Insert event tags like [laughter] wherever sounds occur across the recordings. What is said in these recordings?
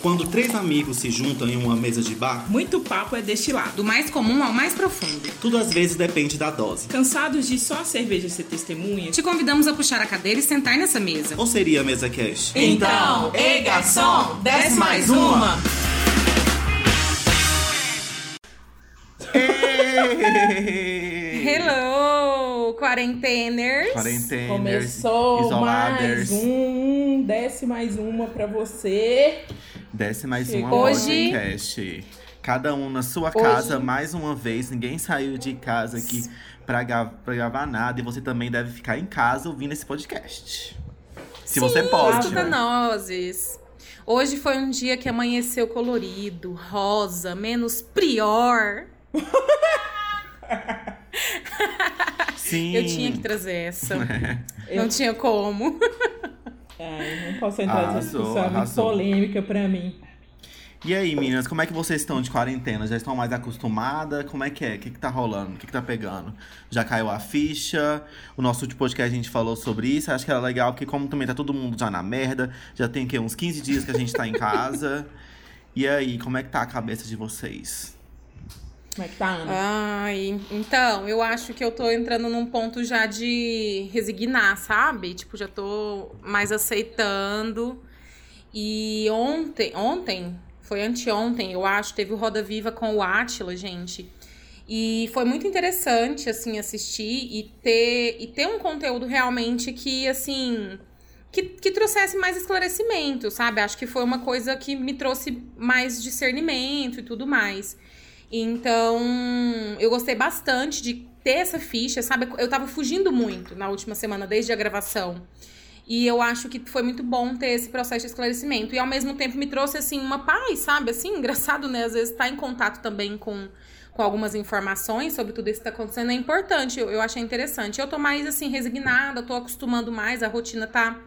quando três amigos se juntam em uma mesa de bar, Muito papo é destilado. Do mais comum ao mais profundo. tudo às vezes depende da dose. Cansados de só a cerveja ser testemunha? Te convidamos a puxar a cadeira e sentar nessa mesa. Ou seria a mesa [laughs] cash? Então, ei garçom, desce mais uma! Hello, quarenteners. Quarentena, Começou isoladas. mais um, desce mais uma pra você. Desce mais Chegou. uma Hoje- podcast. Cada um na sua casa, mais uma vez. Ninguém saiu de casa aqui pra, gra- pra gravar nada. E você também deve ficar em casa ouvindo esse podcast. Se você pode. Escuta né? nozes. Hoje foi um dia que amanheceu colorido, rosa, menos prior. Sim. Eu tinha que trazer essa. [laughs] Não tinha como. Ai, não posso entrar nessa Arrasou, discussão, é muito arrasou. polêmica pra mim. E aí, meninas, como é que vocês estão de quarentena? Já estão mais acostumadas? Como é que é? O que, que tá rolando? O que, que tá pegando? Já caiu a ficha? O nosso último podcast a gente falou sobre isso. Acho que era legal, porque como também tá todo mundo já na merda, já tem que uns 15 dias que a gente tá em casa. E aí, como é que tá a cabeça de vocês? Como é que tá, Ana? Ai, então, eu acho que eu tô entrando num ponto já de resignar, sabe? Tipo, já tô mais aceitando. E ontem, ontem, foi anteontem, eu acho, teve o Roda Viva com o Átila, gente. E foi muito interessante, assim, assistir e ter, e ter um conteúdo realmente que, assim, que, que trouxesse mais esclarecimento, sabe? Acho que foi uma coisa que me trouxe mais discernimento e tudo mais. Então, eu gostei bastante de ter essa ficha, sabe? Eu tava fugindo muito na última semana, desde a gravação. E eu acho que foi muito bom ter esse processo de esclarecimento. E ao mesmo tempo me trouxe, assim, uma paz, sabe? Assim, engraçado, né? Às vezes estar em contato também com, com algumas informações sobre tudo isso que tá acontecendo é importante. Eu, eu achei interessante. Eu tô mais, assim, resignada, tô acostumando mais, a rotina tá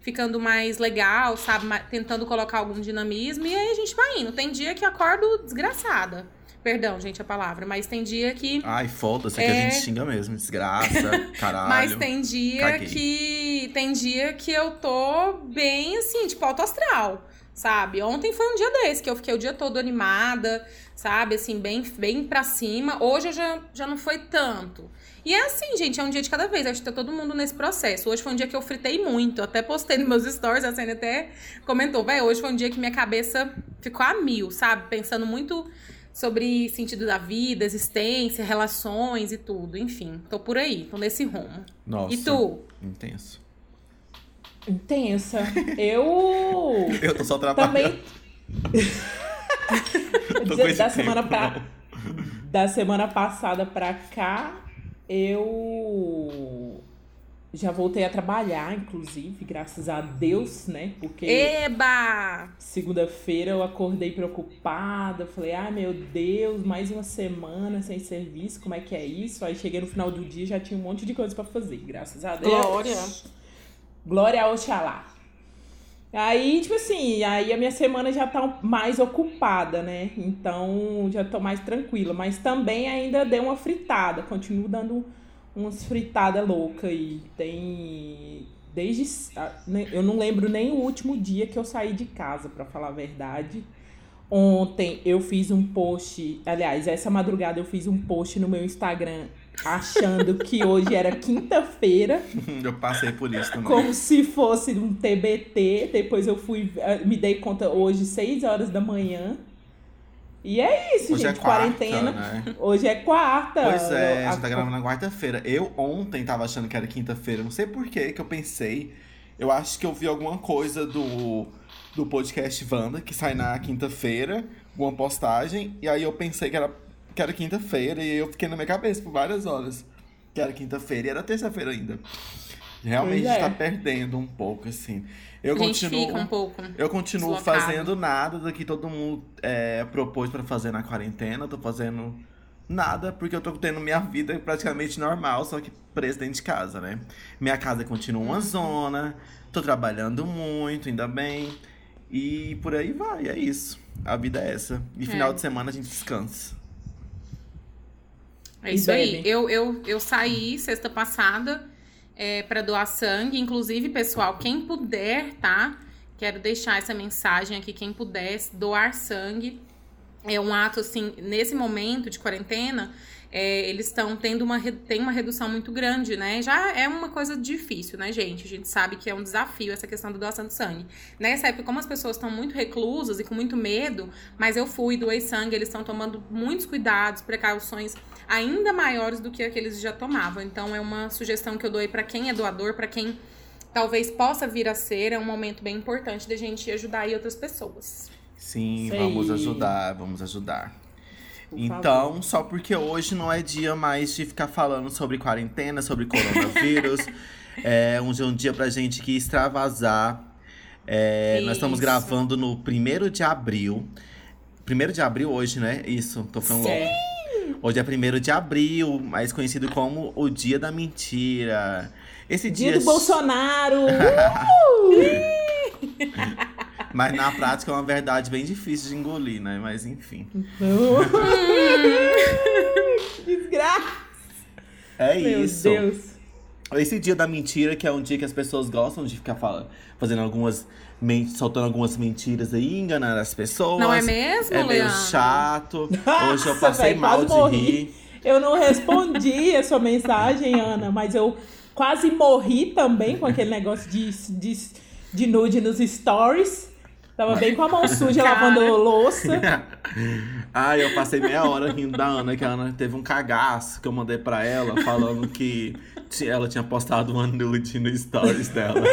ficando mais legal, sabe? Ma- Tentando colocar algum dinamismo. E aí a gente vai indo. Tem dia que eu acordo desgraçada. Perdão, gente, a palavra. Mas tem dia que. Ai, foda-se, é que É. a gente xinga mesmo. [laughs] Desgraça, caralho. Mas tem dia caguei. que. Tem dia que eu tô bem assim, tipo, alto astral. Sabe? Ontem foi um dia desse, que eu fiquei o dia todo animada, sabe? Assim, bem, bem pra cima. Hoje eu já, já não foi tanto. E é assim, gente, é um dia de cada vez. Acho que tá todo mundo nesse processo. Hoje foi um dia que eu fritei muito. Até postei nos meus stories, a Sênia até comentou. Véi, hoje foi um dia que minha cabeça ficou a mil, sabe? Pensando muito sobre sentido da vida, existência, relações e tudo. Enfim, tô por aí, tô nesse rumo. Nossa, E tu? intenso. Intensa. Eu. [laughs] Eu tô só trabalhando. Também. Vou [laughs] Tô dizer, com esse tempo, da né? semana pra... não. da semana passada pra cá, eu já voltei a trabalhar, inclusive, graças a Deus, né? Porque Eba! segunda-feira eu acordei preocupada, falei: "Ai, meu Deus, mais uma semana sem serviço, como é que é isso?". Aí cheguei no final do dia, já tinha um monte de coisa pra fazer, graças a Deus. Glória. Glória a Oxalá. Aí, tipo assim, aí a minha semana já tá mais ocupada, né? Então já tô mais tranquila. Mas também ainda deu uma fritada. Continuo dando umas fritadas loucas aí. Tem. Desde. ah, ne- Eu não lembro nem o último dia que eu saí de casa, pra falar a verdade. Ontem eu fiz um post. Aliás, essa madrugada eu fiz um post no meu Instagram achando que hoje era quinta-feira. Eu passei por isso também. Como se fosse um TBT. Depois eu fui, eh, me dei conta hoje, 6 horas da manhã. E é isso, Hoje é gente. quarta, quarentena. né? Hoje é quarta. Pois é, Eu- a a- gente tá gravando na quarta-feira. Eu ontem tava achando que era quinta-feira, não sei por que que eu pensei. Eu acho que eu vi alguma coisa do, do podcast Wanda, que sai na quinta-feira, uma postagem, e aí eu pensei que era, que era quinta-feira, e eu fiquei na minha cabeça por várias horas. Que era quinta-feira e era terça-feira ainda. Realmente Pois a gente é. tá perdendo um pouco, assim. Eu a gente continuo. fica um pouco. Eu continuo Deslocado. fazendo nada do que todo mundo é, propôs pra fazer na quarentena. Tô fazendo nada porque eu tô tendo minha vida praticamente normal, só que presa dentro de casa, né? Minha casa continua uma zona, tô trabalhando muito, ainda bem. E por aí vai, é isso. A vida é essa. E final de semana a gente descansa. É E isso aí. bebe. Eu, eu, eu saí sexta passada é, para doar sangue. Inclusive, pessoal, quem puder, tá? Quero deixar essa mensagem aqui, quem pudesse doar sangue. É um ato assim, nesse momento de quarentena, é, eles estão tendo uma re- tem uma redução muito grande, né? Já é uma coisa difícil, né, gente? A gente sabe que é um desafio essa questão da doação de sangue. Nessa época, como as pessoas estão muito reclusas e com muito medo, mas eu fui, doei sangue, eles estão tomando muitos cuidados, precauções ainda maiores do que aqueles que já tomavam. Então é uma sugestão que eu doei para quem é doador, para quem talvez possa vir a ser, é um momento bem importante da gente ajudar aí outras pessoas. Sim, Sei. vamos ajudar, vamos ajudar. Por Então, favor. só porque hoje não é dia mais de ficar falando sobre quarentena, sobre [laughs] coronavírus. é um, um dia pra gente que extravasar. É, nós estamos Isso. gravando no 1 de abril. 1 de abril hoje, né? Isso, tô ficando louco. Certo. Hoje é 1 de abril, mais conhecido como o Dia da Mentira. Esse Dia dia. é [laughs] do Bolsonaro! [laughs] Mas na prática é uma verdade bem difícil de engolir, né? Mas enfim. Uh! Que Desgraça! É Meu isso. Deus! Esse dia da mentira, que é um dia que as pessoas gostam de ficar falando, fazendo algumas. men- soltando algumas mentiras aí, enganar as pessoas. Não é mesmo, É meio Leandro? [laughs] chato. Hoje eu Nossa, passei véi, mal quase de um morri. rir. Eu não respondi a sua mensagem, Ana, mas eu quase morri também com aquele negócio de, de, de nude nos stories. Tava bem com a mão suja Cara. lavando louça. [laughs] Ai, eu passei meia hora rindo da Ana, que a Ana teve um cagaço que eu mandei pra ela, falando que ti- ela tinha postado uma nude no stories dela. [laughs]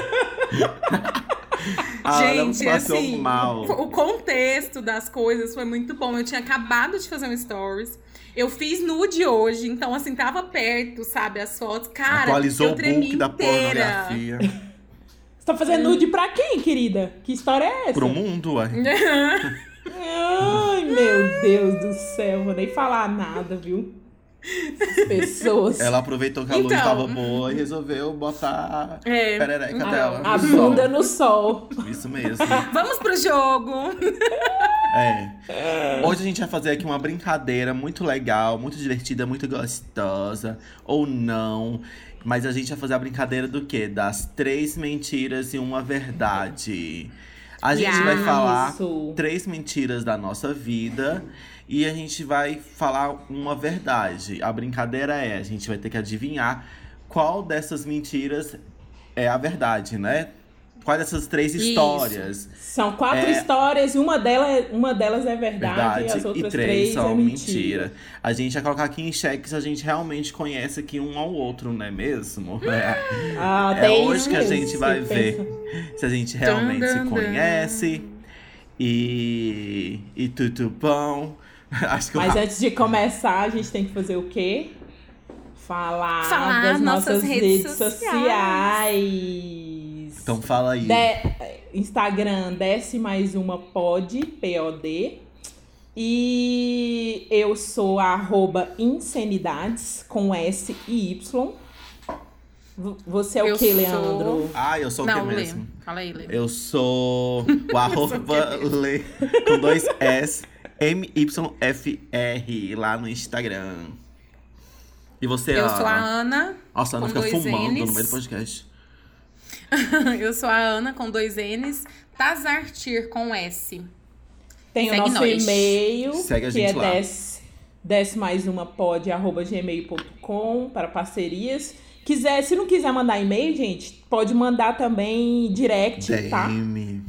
A Gente, Ana passou assim, mal. o contexto das coisas foi muito bom. Eu tinha acabado de fazer um stories. Eu fiz nude hoje, então assim, tava perto, sabe, as fotos. Cara, Atualizou eu o tremi book da inteira. pornografia. Você tá fazendo nude pra quem, querida? Que história é essa? Pro mundo, ué. Ai, meu Deus do céu, vou nem falar nada, viu? Essas pessoas. Ela aproveitou que a luz Então. tava uhum. boa e resolveu botar [laughs] É. a perereca Não. dela. Ah, A no sol. bunda no sol. Isso mesmo. Vamos pro jogo. É. Hoje a gente vai fazer aqui uma brincadeira muito legal, muito divertida, muito gostosa. Ou não. Mas a gente vai fazer a brincadeira do quê? Das três mentiras e uma verdade. A gente vai Yes. falar Ah, Isso. três mentiras da nossa vida e a gente vai falar uma verdade. A brincadeira é, a gente vai ter que adivinhar qual dessas mentiras é a verdade, né? Qual dessas três Isso. histórias? São quatro É. histórias e uma, dela é- uma delas é verdade, e as e outras três, é são mentira. mentira. A gente vai colocar aqui em xeque se a gente realmente conhece aqui um ao outro, não é mesmo? É, Ah, É tem hoje que a isso gente vai pensa. ver se a gente realmente Dun, dun, se dun. conhece. E, e tudo bom. [laughs] Acho que o Mas antes de começar, a gente tem que fazer o quê? Falar, Falar das nossas nossas redes redes sociais. Então fala aí. De- Instagram, desce mais uma pod, P-O-D. E eu sou a arroba insanidades, com S e Y. V- Você é Eu o que, sou- Leandro? Ah, eu sou o Não, que Lê. mesmo? Fala aí, Lê. Eu sou [laughs] o arroba Lê com dois S MYFR lá no Instagram. E você, Eu Ana? sou a Ana. Nossa, a Ana com fica dois fumando Ns. no meio do podcast. [laughs] Eu sou a Ana com dois N's. Tazartir com S. Tem o Segue nosso nós. e-mail, Segue a que gente é lá. desce, desce mais uma pod, arroba gmail.com, para parcerias. Quiser, se não quiser mandar e-mail, gente, pode mandar também direct, tá? DM.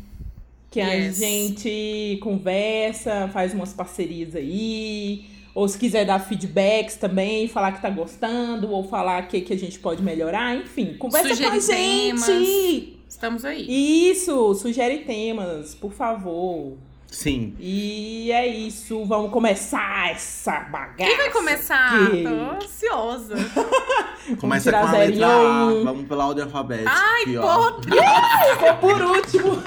Que a Yes. gente conversa, faz umas parcerias aí. Ou se quiser dar feedbacks também, falar que tá gostando, ou falar o que, que a gente pode melhorar, enfim, conversa com a Sugerir gente! temas. Estamos aí. Isso, sugere temas, por favor. Sim. E é isso, vamos começar essa bagaça. Quem vai começar? Que- Tô ansiosa. Começa com tirar a zero e letra A. um. Vamos pela ordem alfabética. Ai, aqui, ó. podre! Ficou por último. [laughs]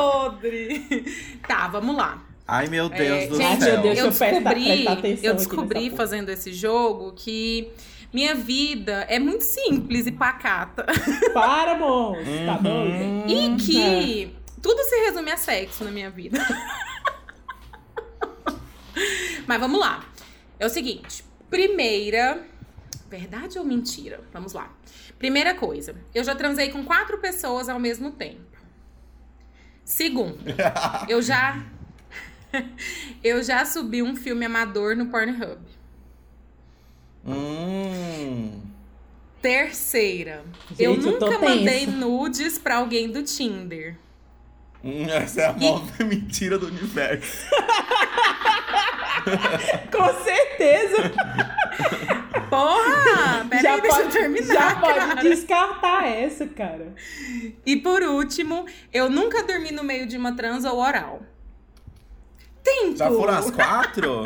Podre! Tá, vamos lá. Ai, meu Deus É, do céu. Ai, meu gente, Deus. eu deixa eu prestar- descobri, prestar atenção aqui eu nessa descobri porra. fazendo esse jogo que minha vida é muito simples e pacata. Para, moço. Tá doido? Uhum. E que tudo se resume a sexo na minha vida. [laughs] Mas vamos lá. É o seguinte. Primeira Verdade ou mentira? Vamos lá. Primeira coisa, eu já transei com quatro pessoas ao mesmo tempo. Segunda, eu já [laughs] eu já subi um filme amador no Pornhub. Hum. Terceira, Gente, eu eu tô nunca mandei tensa. nudes pra alguém do Tinder. Hum, Essa é a maior [laughs] mentira do universo. Com certeza. Porra! Peraí, deixa eu terminar. já pode cara. descartar essa, cara. E por último, eu nunca dormi no meio de uma transa ou oral. Tempo! Já foram as quatro?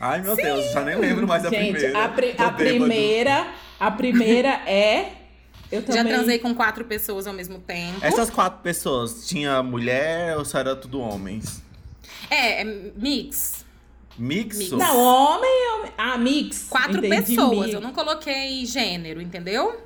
Ai, meu Deus, já nem lembro mais da Gente, primeira. a, pri- Tô a bêbado. primeira, a primeira [laughs] é eu também Já transei com quatro pessoas ao mesmo tempo. Essas quatro pessoas, tinha mulher ou só era tudo homens? É, é mix. Mixo? um Não, homem, homem. Ah, mix. Quatro Entendi, pessoas. mix. Eu não coloquei gênero, entendeu?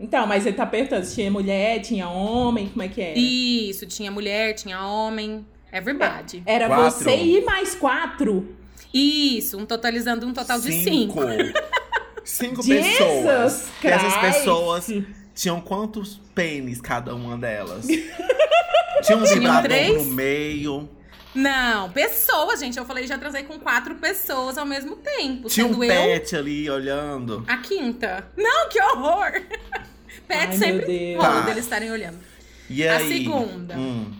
Então, mas ele tá perguntando se tinha mulher, tinha homem, como é que era? Isso, tinha mulher, tinha homem. Everybody. Era Quatro. você e mais quatro? Isso, um totalizando um total de cinco. Cinco Jesus pessoas. E essas Christ. pessoas tinham quantos pênis cada uma [laughs] delas? Tinha um Tinham vibrador três? no meio. Não, pessoas, gente. Eu falei, já transei com quatro pessoas ao mesmo tempo. Tinha um sendo eu pet ali olhando. A quinta. Não, que horror! [laughs] Ai, Pet meu sempre Deus. rola Tá. deles estarem olhando. E A aí? segunda. Hum.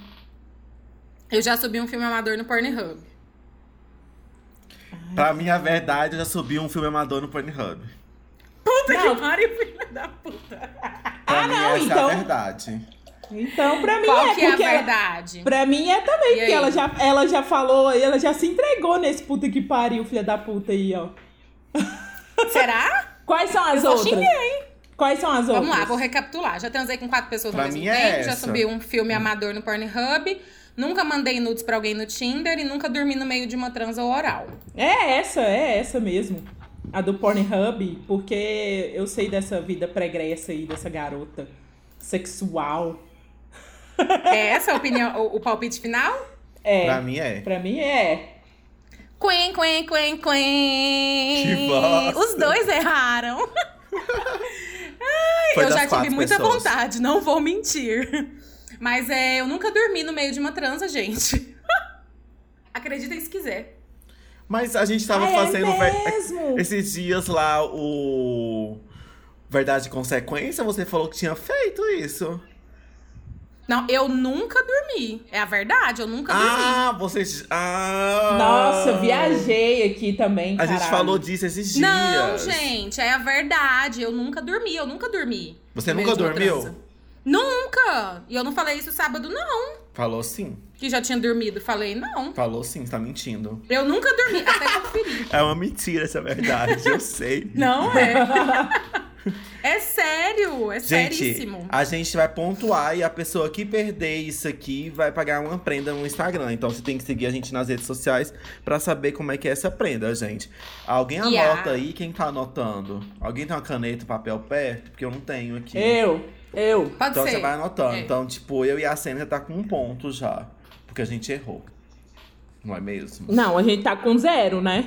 Eu já subi um filme amador no Pornhub. Pra mim, a verdade, eu já subi um filme amador no Pornhub. Puta Não. que pariu, filha da puta. Pra Ah, mim, não, essa então- é a verdade. Então, pra mim Qual é que é a porque ela- verdade? Pra mim é E também, porque aí? ela já, ela já falou, ela já se entregou nesse puta que pariu, filha da puta aí, ó. Será? Quais são as só outras? xinguei. Quais são as outras? Vamos lá, vou recapitular. Já transei com quatro pessoas Pra ao mesmo mim é tempo. Já essa. subi um filme amador no Pornhub. Nunca mandei nudes pra alguém no Tinder e nunca dormi no meio de uma transa ou oral. É essa, é essa mesmo. A do Pornhub, porque eu sei dessa vida pregressa aí, dessa garota sexual. É essa a opinião, o, o palpite final? É, Pra mim, é. pra mim é. Quen, quen, quen, quen. Que bosta. Os dois erraram. [laughs] Ai, Foi eu das já tive quatro muita pessoas. vontade, não vou mentir. [laughs] Mas é, eu nunca dormi no meio de uma transa, gente. [laughs] Acreditem se quiser. Mas a gente tava Ah, fazendo... é ver- mesmo. Esses dias lá, o... Verdade e Consequência, você falou que tinha feito isso. Não, eu nunca dormi. É a verdade, eu nunca dormi. Ah, vocês... [laughs] Ah! Nossa, eu viajei aqui também, A gente caralho. falou disso esses dias. Não, gente, é a verdade. Eu nunca dormi, eu nunca dormi. Você no meio nunca de uma dormiu? transa. Nunca! E eu não falei isso sábado, não. Falou sim. Que já tinha dormido. Falei, não. Falou sim, você tá mentindo. Eu nunca dormi, até [laughs] conferi. É uma mentira essa verdade, eu sei. Não [laughs] é. É sério, é Gente, seríssimo. a gente vai pontuar e a pessoa que perder isso aqui vai pagar uma prenda no Instagram. Então você tem que seguir a gente nas redes sociais pra saber como é que é essa prenda, gente. Alguém anota Yeah. aí quem tá anotando. Alguém tem uma caneta, papel perto? Porque eu não tenho aqui. [laughs] Eu, eu. Pode Então ser. você vai anotando. É. Então, tipo, eu e a Senna já tá com um ponto já. Porque a gente errou. Não é mesmo? Não, a gente tá com zero, né?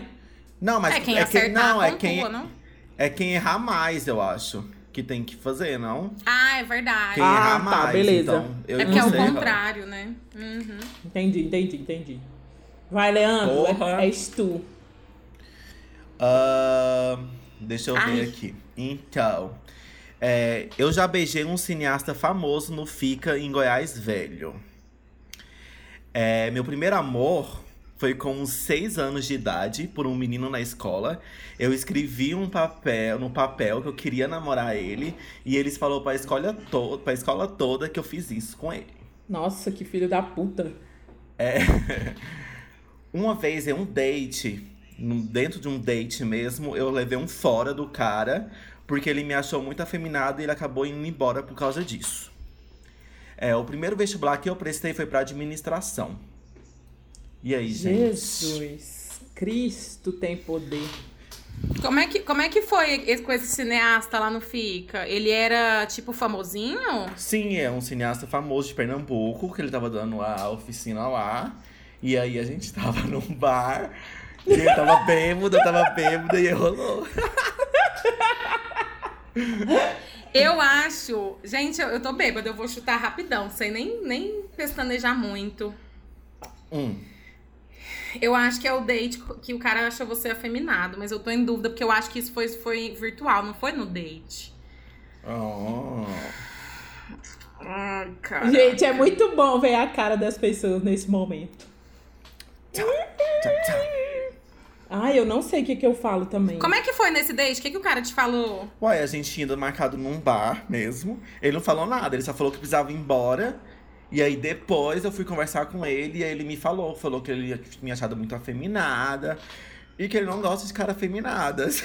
Não, mas é quem é quem, acertar não, pontua, né? é quem, não? é quem errar mais, eu acho. Que tem que fazer, não? Ah, é verdade. Quem Ah, errar tá, mais. beleza. Então, eu é e porque é o você erramos. contrário, né? Uhum. Entendi, entendi, entendi. Vai, Leandro, Porra. é, és tu. Ahn, deixa eu ver Ai. aqui. Então. é, eu já beijei um cineasta famoso no Fica, em Goiás Velho. É, meu primeiro amor foi com uns seis anos de idade, por um menino na escola. Eu escrevi um papel, no papel que eu queria namorar ele. E eles falou pra escola, to pra escola toda que eu fiz isso com ele. Nossa, que filho da puta. Uma vez em um date, num- dentro de um date mesmo, eu levei um fora do cara, porque ele me achou muito afeminado e ele acabou indo embora por causa disso. É, o primeiro vestibular que eu prestei foi pra administração. E aí, gente? Jesus Cristo tem poder. Como, é que, como é que foi esse- com esse cineasta lá no Fica? Ele era, tipo, famosinho? Sim, é um cineasta famoso de Pernambuco, que ele tava dando a oficina lá. E aí a gente [laughs] tava num bar, e ele tava bêbado, eu tava bêbada, e aí rolou. Eu acho. Gente, eu, eu tô bêbada, eu vou chutar rapidão, sem nem, nem pestanejar muito. Um. Eu acho que é o date que o cara achou você afeminado, mas eu tô em dúvida, porque eu acho que isso foi, foi virtual, não foi no date. Oh. Ai, cara. Gente, é muito bom ver a cara das pessoas nesse momento. Tchau, tchau. Ai, eu não sei o que, que eu falo também. Como é que foi nesse date? O que, que o cara te falou? Uai, a gente tinha ido marcado num bar mesmo. Ele não falou nada, ele só falou que precisava ir embora. E aí depois eu fui conversar com ele e aí ele me falou, falou que ele tinha me achado muito afeminada e que ele não gosta de cara afeminadas.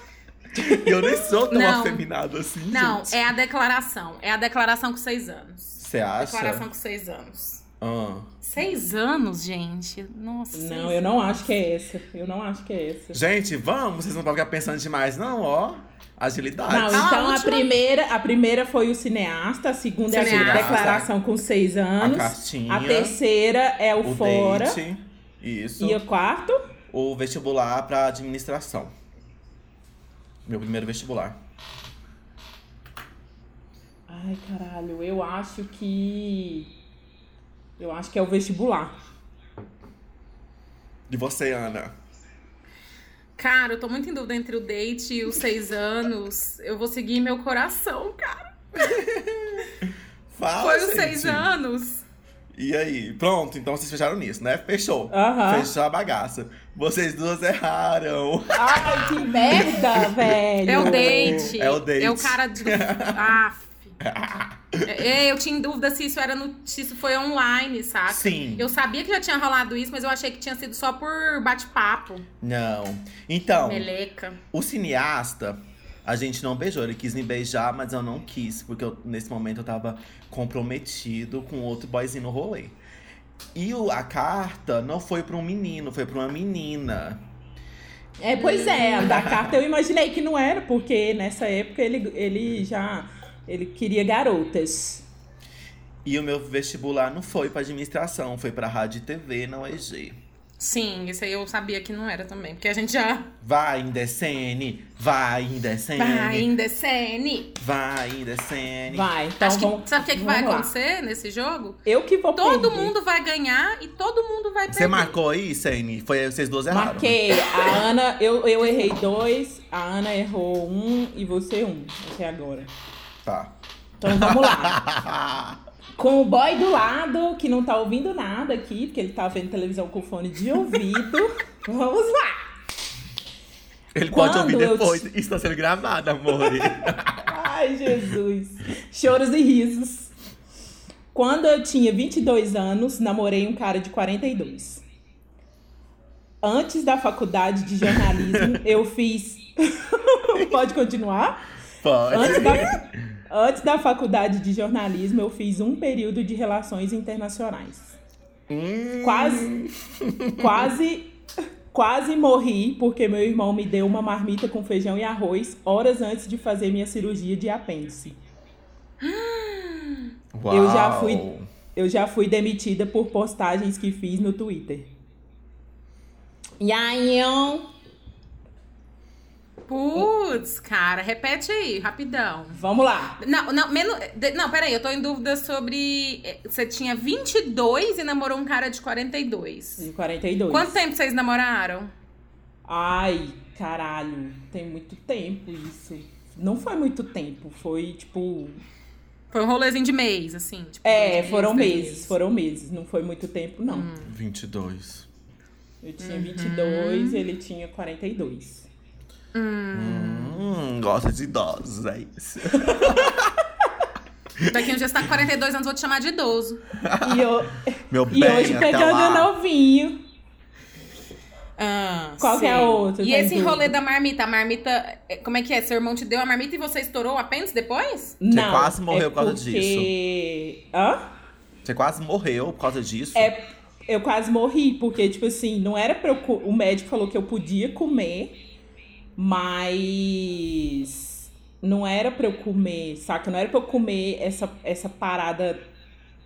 [laughs] e eu nem sou tão Não. afeminado assim. Não, gente. é a declaração. É a declaração com seis anos. Você acha? Declaração com seis anos. Ah. Seis anos, gente? Nossa. Não, eu não acho que é essa. Eu não acho que é essa. Gente, vamos, vocês não podem ficar pensando demais, não, ó. Agilidade. Não, Ah, então a, ótimo. primeira, a primeira foi o cineasta, a segunda é a Cineasta. declaração com seis a anos. cartinha, A terceira é o, o fora. date, isso. E o quarto? O vestibular pra administração. Meu primeiro vestibular. Ai, caralho, eu acho que. Eu acho que é o vestibular. E você, Ana? Cara, eu tô muito em dúvida entre o date e os seis anos. Eu vou seguir meu coração, cara. Fala, Foi os gente. seis anos. E aí? Pronto, então vocês fecharam nisso, né? Fechou. Aham. Fechou a bagaça. Vocês duas erraram. Ai, que merda, velho! É o date. É o date. É o cara de. Aff. É, eu tinha em dúvida se isso era no, se isso foi online, saca? Sim. Ah, Eu sabia que já tinha rolado isso, mas eu achei que tinha sido só por bate-papo. Não. Então, Meleca. o cineasta, a gente não beijou. Ele quis me beijar, mas eu não quis. Porque eu- nesse momento eu tava comprometido com outro boyzinho no rolê. E o- a carta não foi pra um menino, foi pra uma menina. É, pois é, a da carta eu imaginei que não era, porque nessa época ele, ele já. Ele queria garotas. E o meu vestibular não foi pra administração, foi pra rádio e TV, não é EG. Sim, isso aí eu sabia que não era também, porque a gente já. Vai, Indecene! Vai, [laughs] Indecene! Vai, indecene. Vai, Indecene! Vai, então é Acho vamos. que, sabe o que, que vai vamos lá. acontecer nesse jogo? Eu que vou Todo perder. mundo vai ganhar e todo mundo vai Você perder. marcou aí, Sene? Foi vocês duas erraram. né? Marquei. A Ana, eu, eu errei dois, a Ana errou um e você um, até agora. Tá. [laughs] Então vamos lá. Com o boy do lado, que não tá ouvindo nada aqui, porque ele tá vendo televisão com fone de ouvido. Vamos lá! Ele Quando pode ouvir eu depois. Isso tá sendo gravado, [laughs] amor. Ai, Jesus! Choros e risos. Quando eu tinha 22 anos, namorei um cara de 42. Antes da faculdade de jornalismo, eu fiz. [laughs] Pode continuar? pode. Antes da, antes da faculdade de jornalismo, eu fiz um período de relações internacionais. Hum, Quase, quase, quase morri porque meu irmão me deu uma marmita com feijão e arroz horas antes de fazer minha cirurgia de apêndice. Eu já uau. fui- Eu já fui demitida por postagens que fiz no Twitter. E aí, eu- Putz, cara, repete aí, rapidão. vamos lá. Não, não, menos. de- Não, peraí, eu tô em dúvida sobre. eh, Você tinha 22 e namorou um cara de 42. De 42. Quanto tempo vocês namoraram? Ai, caralho, tem muito tempo isso. Não foi muito tempo, foi tipo Foi um rolezinho de mês, assim. Tipo, dois É, meses, foram três meses, foram meses. Não foi muito tempo, não. Hum. 22. Eu tinha 22, ele [laughs] tinha 42. Hum, gosta de idosos, é isso. Daqui um dia você tá com 42 anos, vou te chamar de idoso. E, eu- Meu e bem, hoje até pegando lá. novinho. Ah, Qual que é a outra? E Tá em esse dúvida? rolê da marmita? A marmita. eh, Como é que é? Seu irmão te deu a marmita e você estourou o apêndice depois? Não, quase morreu é por causa porque... disso. Hã? Você quase morreu por causa disso. É, eu quase morri, porque, tipo assim, não era pra eu. co- O médico falou que eu podia comer, mas. Não era pra eu comer, saca? Não era pra eu comer essa, essa parada.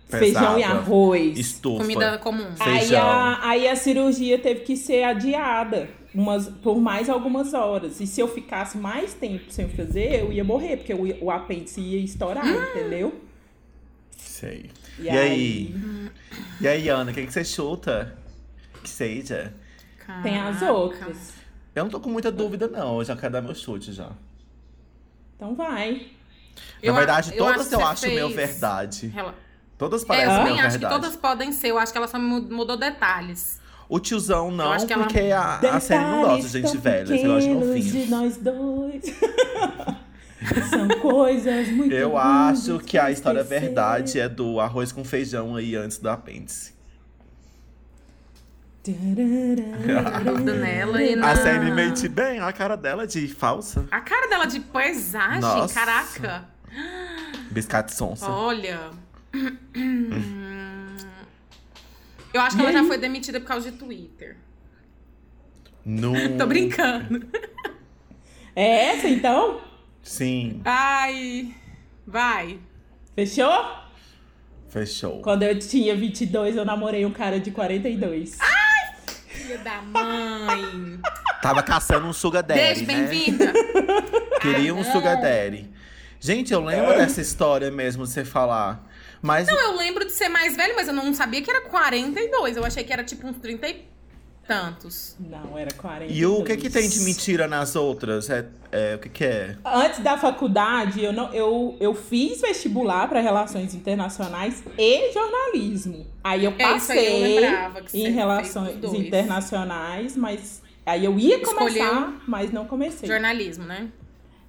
Feijão Pesada. e arroz. Estufa. Comida comum. Feijão. Aí a, aí a cirurgia teve que ser adiada. umas, por mais algumas horas. E se eu ficasse mais tempo sem fazer, eu ia morrer, porque o, o apêndice ia estourar, entendeu? Sei. E E, aí? E aí, Ana, quem que você chuta que seja? Tem as Caraca. outras. Eu não tô com muita dúvida, não. Eu já quero dar meu chute já. Então vai. Na Eu a- verdade, eu acho todas que eu você acho meu fez- verdade. Ela- Todas É, parecem eu meu também verdade. acho que todas podem ser. Eu acho que ela só mu- mudou detalhes. O tiozão Eu não, acho que ela- porque a, a série não gosta de Detalhes gente tão velha. assim, Você gosta de pequenos golfinhos. de nós dois. [laughs] São coisas muito Eu acho grandes que a pra história esquecer. verdade é do arroz com feijão aí antes do apêndice. Tararara. Dúvida nela e na... A Sandy mente bem, a cara dela de falsa. A cara dela de paisagem, Nossa. caraca. Biscate sonsa. Olha. Eu acho que ela já foi demitida por causa de Twitter. Nu. [laughs] Tô brincando. É essa então? Sim, Ai. Vai. Fechou? fechou. Quando eu tinha 22, eu namorei um cara de 42. Filha da mãe. Tava caçando um sugar daddy, Beijo, né? bem-vinda. Queria um sugar daddy. Gente, eu lembro dessa história mesmo de você falar. Mas Eu lembro de ser mais velho, mas eu não sabia que era 42. Eu achei que era tipo uns 30 e tantos. Não, era 40. e o que que tem de mentira nas outras? É, é, o que que é? Antes da faculdade, eu, não, eu, eu fiz vestibular para Relações Internacionais e Jornalismo. Aí eu É isso aí, eu passei lembrava que você em fez Relações os dois. Internacionais, mas aí eu ia começar, Escolheu mas não comecei. Jornalismo, né?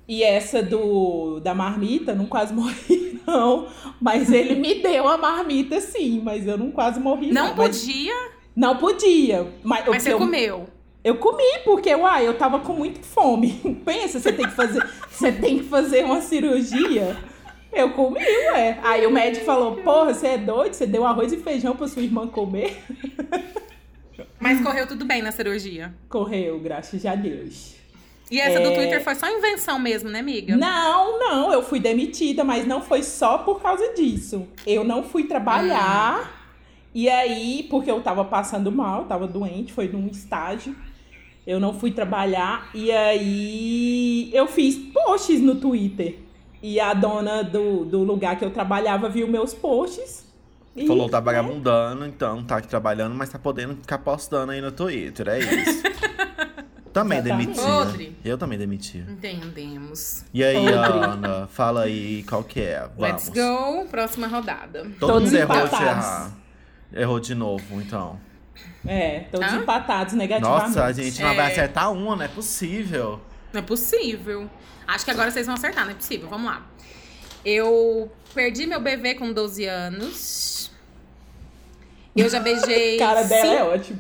E essa do da marmita, não quase [laughs] morri, não. Mas ele [laughs] me deu a marmita, sim, mas eu não quase morri. Não, mas- podia, Não podia. Mas, eu, mas você eu, comeu. eu comi, porque, uai, eu tava com muita fome. [laughs] Pensa, você tem que fazer. você tem que fazer uma cirurgia. Eu comi, ué. Aí o médico falou: Porra, você é doido? Você deu arroz e feijão pra sua irmã comer? Hum. Mas correu tudo bem na cirurgia. Correu, graças a Deus. E essa do Twitter foi só invenção mesmo, né, amiga? É. Não, não, eu fui demitida, mas não foi só por causa disso. Eu não fui trabalhar. Hum. E aí, porque eu tava passando mal, tava doente, foi num estágio. Eu não fui trabalhar. E aí, eu fiz posts no Twitter. E a dona do, do lugar que eu trabalhava viu meus posts. E Falou, tá vagabundando, então tá aqui trabalhando, mas tá podendo ficar postando aí no Twitter, é [laughs] isso. também Exatamente. demitia. Podre. Eu também demitia. Entendemos. E aí, Podre. Ana, fala aí qual que é. Vamos. Let's go, próxima rodada. Todo Todos mundo errou de empatados. errar. Errou de novo, então. É, todos Hã? empatados negativamente. Nossa, a gente não É. vai acertar uma, não é possível. Não é possível. Acho que agora vocês vão acertar, não é possível. Vamos lá. Eu perdi meu bebê com 12 anos. [laughs] Eu já beijei. A cara dela cinco- é ótima.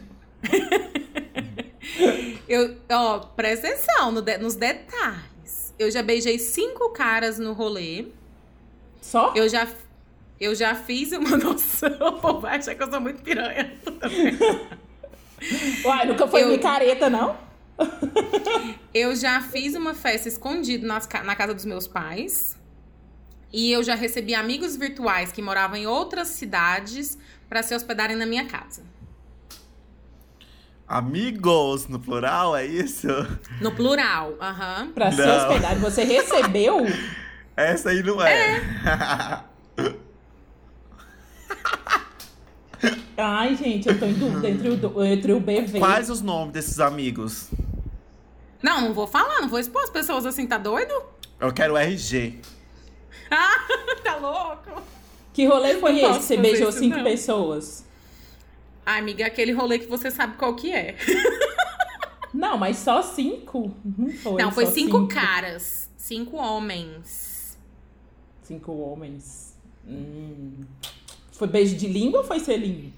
Eu, ó, presta atenção no de- nos detalhes. Eu já beijei cinco caras no rolê. Só? Eu já, eu já fiz uma [laughs] noção. O povo vai achar que eu sou muito piranha. Uai, nunca foi Eu- micareta, não? Eu já fiz uma festa escondida nas ca- na casa dos meus pais. E eu já recebi amigos virtuais que moravam em outras cidades para se hospedarem na minha casa. Amigos, no plural, é isso? [laughs] No plural, aham. Pra se Não. hospedar. [laughs] Você recebeu? Essa aí não é. Ai, gente, eu tô em dúvida entre o, do- entre o [laughs] BV. Quais os nomes desses amigos? Não, não vou falar, não vou expor as pessoas assim, tá doido? [laughs] Eu quero RG. tá louco? Que rolê foi Não esse? posso que Você fazer beijou isso, cinco não. pessoas? Ai, amiga, é aquele rolê que você sabe qual que é. Não, mas só cinco? Não foi, não, foi só cinco caras, cinco homens. Cinco homens. Hum. Foi beijo de língua ou foi selinho?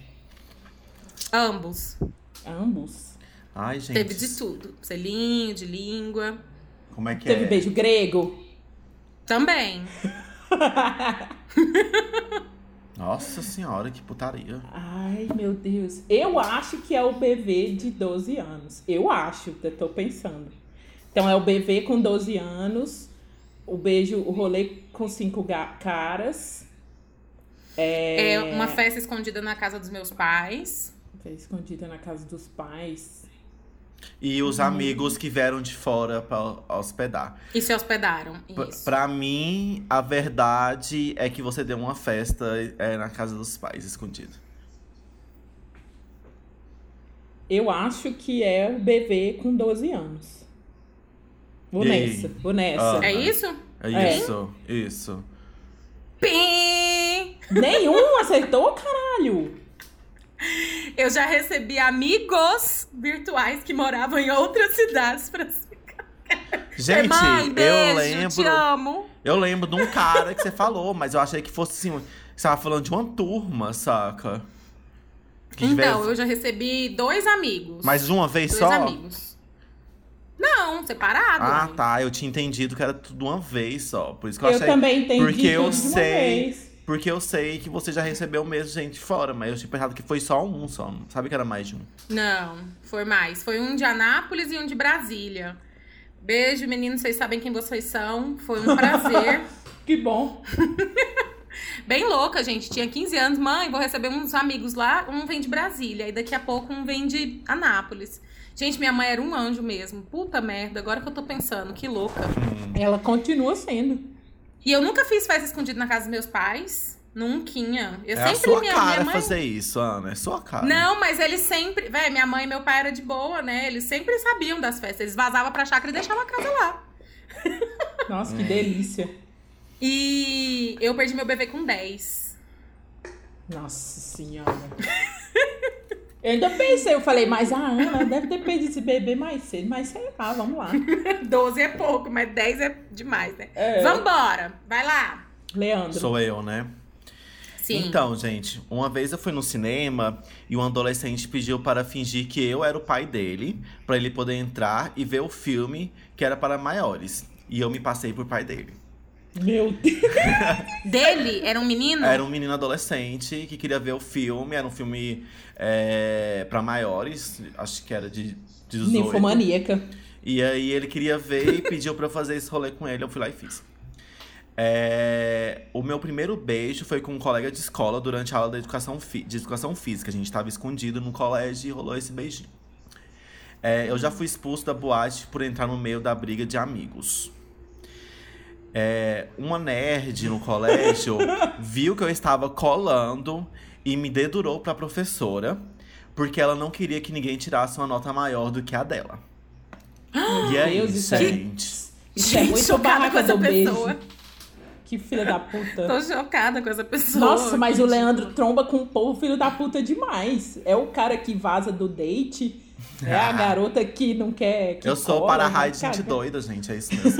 Ambos. Ambos. Ai, gente. Teve de tudo. Selinho, de língua. Como é que Teve é? beijo grego? Também. Nossa senhora, que putaria. Ai, meu Deus. Eu acho que é o BV de 12 anos. Eu acho, eu tô pensando. Então é o BV com 12 anos, o beijo, o rolê com cinco ga- caras. É... uma é festa escondida na casa dos meus pais. Foi escondida na casa dos pais. E os amigos que vieram de fora pra hospedar. E se hospedaram. P- Isso. Pra mim, a verdade é que você deu uma festa é, na casa dos pais, escondido. Eu acho que é o bebê com 12 anos. Vou E aí? nessa, vou nessa. Ah. É isso? É, É. isso, isso. Pim! Ah. Nenhum acertou, caralho! Eu já recebi amigos virtuais que moravam em outras cidades pra Gente, É Mãe, beijo, eu lembro. te amo. Eu lembro de um cara que você falou, mas eu achei que fosse assim. Você tava falando de uma turma, saca? Que Então, tivesse- eu já recebi dois amigos. Mas de uma vez dois só? amigos. Não, separado. Ah, né? tá. Eu tinha entendido que era tudo de uma vez só. Por isso que eu, Eu, achei. também entendi porque eu tudo de uma sei- vez. Porque eu sei que você já recebeu mesmo gente de fora, mas eu tinha pensado que foi só um só. Sabe que era mais de um. Não, foi mais. Foi um de Anápolis e um de Brasília. Beijo, meninos. Vocês sabem quem vocês são. Foi [laughs] um prazer. Que bom. Bem louca, gente. Tinha 15 anos. Mãe, vou receber uns amigos lá. Um vem de Brasília. E daqui a pouco um vem de Anápolis. Gente, minha mãe era um anjo mesmo. Puta merda. Agora que eu tô pensando. Que louca. Ela continua sendo. E eu nunca fiz festa escondida na casa dos meus pais. Nunquinha. Eu é sempre a sua minha, cara minha mãe. fazer isso, Ana. É sua cara. Não, mas eles sempre. Véi, minha mãe e meu pai era de boa, né? Eles sempre sabiam das festas. Eles vazavam pra chácara e deixavam a casa lá. Nossa, É. que delícia. E eu perdi meu bebê com [laughs] 10. Nossa senhora. Eu ainda pensei, eu falei, mas a Ana deve ter perdido esse bebê mais cedo, mas sei lá, vamos lá. 12 é pouco, mas 10 é demais, né? É. Vambora! Vai lá! Leandro. Sou eu, né? Sim. Então, gente, uma vez eu fui no cinema e um adolescente pediu para fingir que eu era o pai dele, para ele poder entrar e ver o filme que era para maiores. E eu me passei por pai dele. Meu Deus. Dele era um menino? Era um menino adolescente que queria ver o filme, era um filme é, para maiores, acho que era de 18. Ninfomaníaca. E aí ele queria ver e pediu pra eu fazer esse rolê com ele, eu fui lá e fiz. É, O meu primeiro beijo foi com um colega de escola durante a aula de educação, fi- de educação física. A gente tava escondido no colégio e rolou esse beijinho. É, eu já fui expulso da boate por entrar no meio da briga de amigos. É, uma nerd no [laughs] colégio viu que eu estava colando e me dedurou pra professora porque ela não queria que ninguém tirasse uma nota maior do que a [gasps] dela. E aí, Deus, isso é- gente? Isso é Gente, muito chocada com barraca essa do beijo. pessoa. Que filha da puta. Tô chocada com essa pessoa. Nossa, mas Que o ridículo. Leandro tromba com o povo filho da puta demais. É o cara que vaza do date. [laughs] É a garota que não quer. Que eu sou cola, para a né, raio de cara? gente doida, gente. É isso mesmo.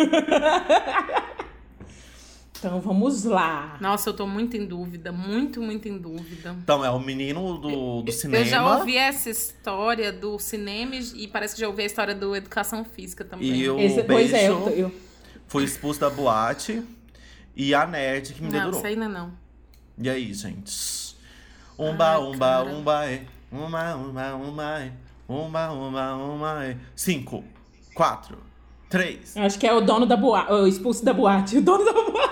Então vamos lá. Nossa, eu tô muito em dúvida, muito, muito em dúvida. Então, é o menino do, do cinema. Eu já ouvi essa história do cinema e e parece que já ouvi a história do educação física também. E o Esse- beijo pois é, eu, eu- fui expulso da boate. E a nerd que me Não, dedurou. isso aí não é não. E aí, gente? Umba, Ah, umba, cara. umba, é. Uma, uma, uma, é. Uma, uma, uma, é. Cinco, quatro, três. eu acho que é o dono da boate. O expulso da boate. [laughs] O dono da boate.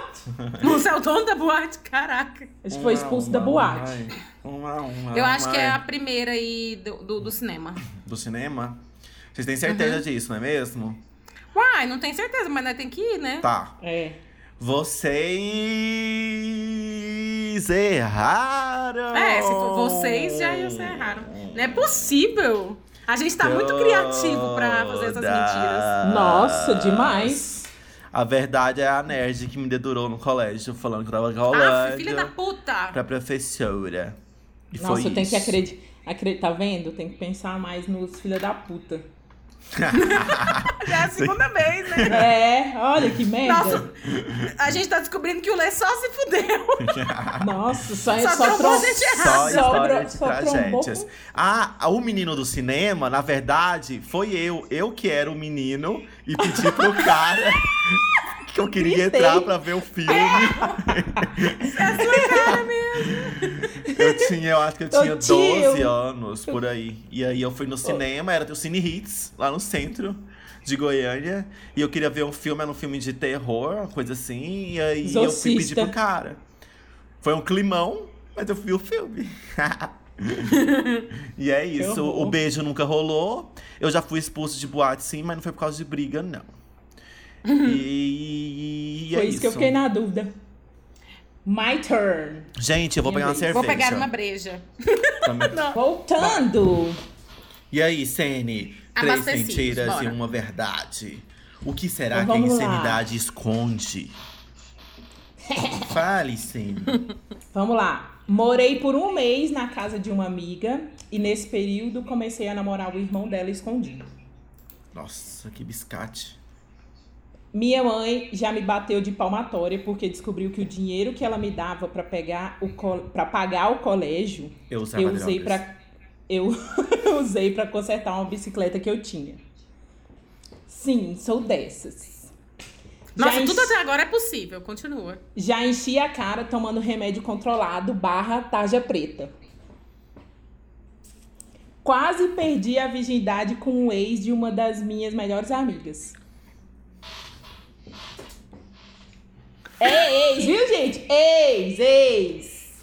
Você é o dono da boate, caraca. Acho que foi Uma, expulso uma, da boate. Uma, uma, uma, Eu acho uma, que é a primeira aí do, do, do cinema. Do cinema? Vocês têm certeza Uhum. disso, não é mesmo? Uai, não tenho certeza, mas nós tem que ir, né? Tá. É. Vocês erraram! É, se for vocês, já ia ser erraram. Não é possível. A gente tá muito criativo pra fazer essas mentiras. Todas. Nossa, Ah, demais. A verdade é a nerd que me dedurou no colégio, falando que eu tava Ah, rolando filha da puta! pra professora. E Nossa, foi eu tenho isso. que acreditar. Tá vendo? Tem que pensar mais nos filha da puta. Já é a segunda vez, né? É, olha que merda. Nossa, a gente tá descobrindo que o Lê só se fudeu. Nossa, só, Só só, trombou trom- gente Só errada. só história tro- de só trombou tragédias. Ah, o menino do cinema, na verdade, foi eu. Eu que era o menino e pedi pro cara que eu queria Gritei. entrar pra ver o filme. Eu tinha, eu acho que eu Ô, tinha tio. 12 anos por aí. E aí eu fui no cinema, era o Cine Hits, lá no centro de Goiânia. E eu queria ver um filme, era um filme de terror, uma coisa assim. E aí eu fui pedir Exorcista. pro cara. Foi um climão, mas eu vi o filme. [laughs] E é isso. O horror. beijo nunca rolou. Eu já fui expulso de boate, sim, mas não foi por causa de briga, não. E, e é Foi isso que eu fiquei na dúvida. My turn. Gente, eu vou pegar Minha uma vez. cerveja. Vou pegar uma breja. Também. Voltando. E aí, Sene? Três Abastecidos, mentiras bora. e uma verdade. O que será Então que a vamos lá. insanidade [laughs] esconde? Fale, Sene. Vamos lá. Morei por um mês na casa de uma amiga e nesse período comecei a namorar o irmão dela escondido. Nossa, que biscate. Minha mãe já me bateu de palmatória porque descobriu que o dinheiro que ela me dava para pegar o para pagar o colégio Eu usava eu usei drogas. para eu [laughs] usei para consertar uma bicicleta que eu tinha. Sim, sou dessas. Nossa, Já tudo enchi- até agora é possível. Continua. Já enchi a cara tomando remédio controlado barra tarja preta. Quase perdi a virgindade com o ex de uma das minhas melhores amigas. É ex, viu, gente? Ex, ex.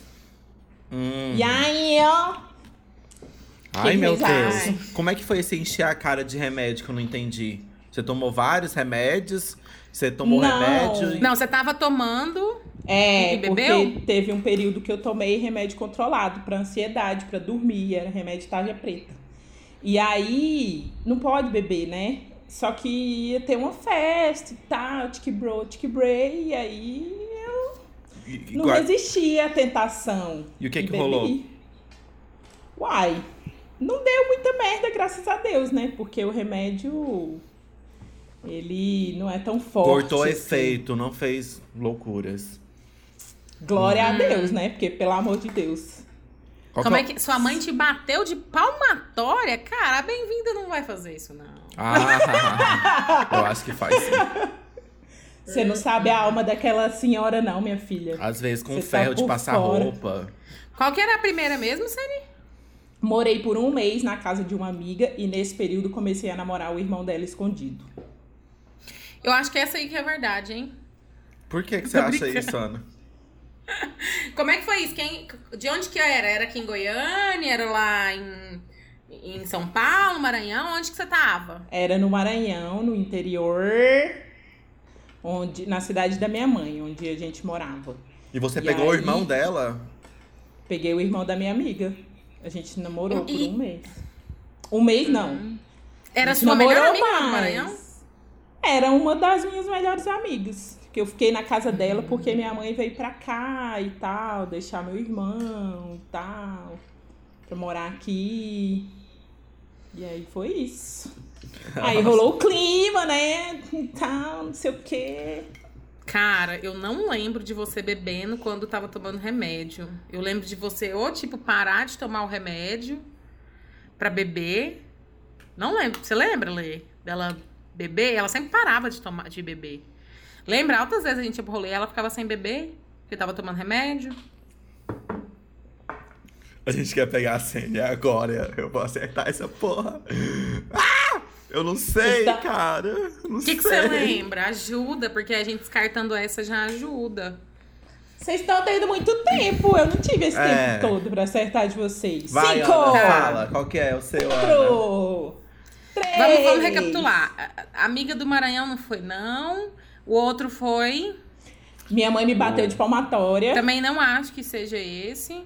Hum. E aí, ó. Ai, meu Deus. Quem vai? Como é que foi esse encher a cara de remédio que eu não entendi? Você tomou vários remédios? Você tomou Não. remédio? Não, você tava tomando. É, E bebeu? porque teve um período que eu tomei remédio controlado pra ansiedade, pra dormir, era remédio tarja preta. E aí, não pode beber, né? Só que ia ter uma festa e tal, tique bro, tique brei, e aí E, e não guar- resistia à tentação. E o que é e que bebi. rolou? Uai, não deu muita merda, graças a Deus, né? Porque o remédio, ele não é tão forte. Cortou assim. efeito, não fez loucuras. Glória a Deus, né? Porque, pelo amor de Deus. Qual Como é é que sua mãe te bateu de palmatória? Cara, a bem-vinda não vai fazer isso, não. Ah, [laughs] eu acho que faz. sim. Você não sabe a alma daquela senhora, não, minha filha. Às vezes com Você tá ferro de por passar fora. roupa. Qual que era a primeira mesmo, Sani? Morei por um mês na casa de uma amiga e nesse período comecei a namorar o irmão dela escondido. Eu acho que essa aí que é a verdade, hein? Por que, que você Tô acha brincando. isso, Ana? Como é que foi isso? Quem, de onde que era? Era aqui em Goiânia? Era lá em, em São Paulo, Maranhão? Onde que você tava? Era no Maranhão, no interior, onde na cidade da minha mãe, onde a gente morava. E você E pegou o aí? irmão dela? Peguei o irmão da minha amiga. A gente namorou por E- um mês. Um mês não. Era A gente sua melhor namorou amiga lá do mais. Maranhão? Era uma das minhas melhores amigas. Que eu fiquei na casa dela porque minha mãe veio pra cá e tal, deixar meu irmão e tal, pra morar aqui. E aí foi isso. Aí rolou o clima, né? E tal, não sei o quê. Cara, eu não lembro de você bebendo quando tava tomando remédio. Eu lembro de você ou, tipo, parar de tomar o remédio pra beber. Não lembro. Você lembra, Lê? Dela beber? Ela sempre parava de tomar, de beber. Lembra? Altas vezes a gente ia pro rolê e ela ficava sem beber, porque tava tomando remédio. A gente quer pegar a Sandy agora. Eu vou acertar essa porra. Ah! Eu não sei, Está- cara. Eu Não O que, que sei. você lembra? Ajuda, porque a gente descartando essa já ajuda. Vocês estão tendo muito tempo. Eu não tive esse É. tempo todo pra acertar de vocês. Vai, Cinco! Ana, Tá. fala. Qual que é o seu, Ana? Quatro! Três! Vamos, vamos recapitular. A- a amiga do Maranhão não foi, não. O outro foi. Minha mãe me bateu de palmatória. Também não acho que seja esse.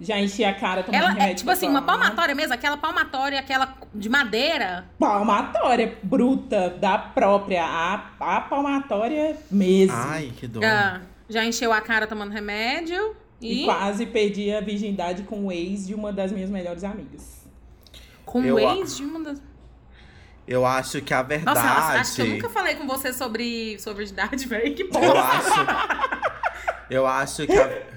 Já enchi a cara tomando Ela remédio. né? é tipo assim, uma controlado. palmatória mesmo, aquela palmatória, aquela de madeira. palmatória bruta da própria, a, a palmatória mesmo. Ai, que dor. Ah, já encheu a cara tomando remédio E e, quase perdi a virgindade com o ex de uma das minhas melhores amigas. com Eu o ex de uma das. Eu acho que a verdade. Nossa, acho que eu nunca falei com você sobre, sobre idade, [laughs] velho. Que Eu porra. acho. [laughs] Eu acho que a,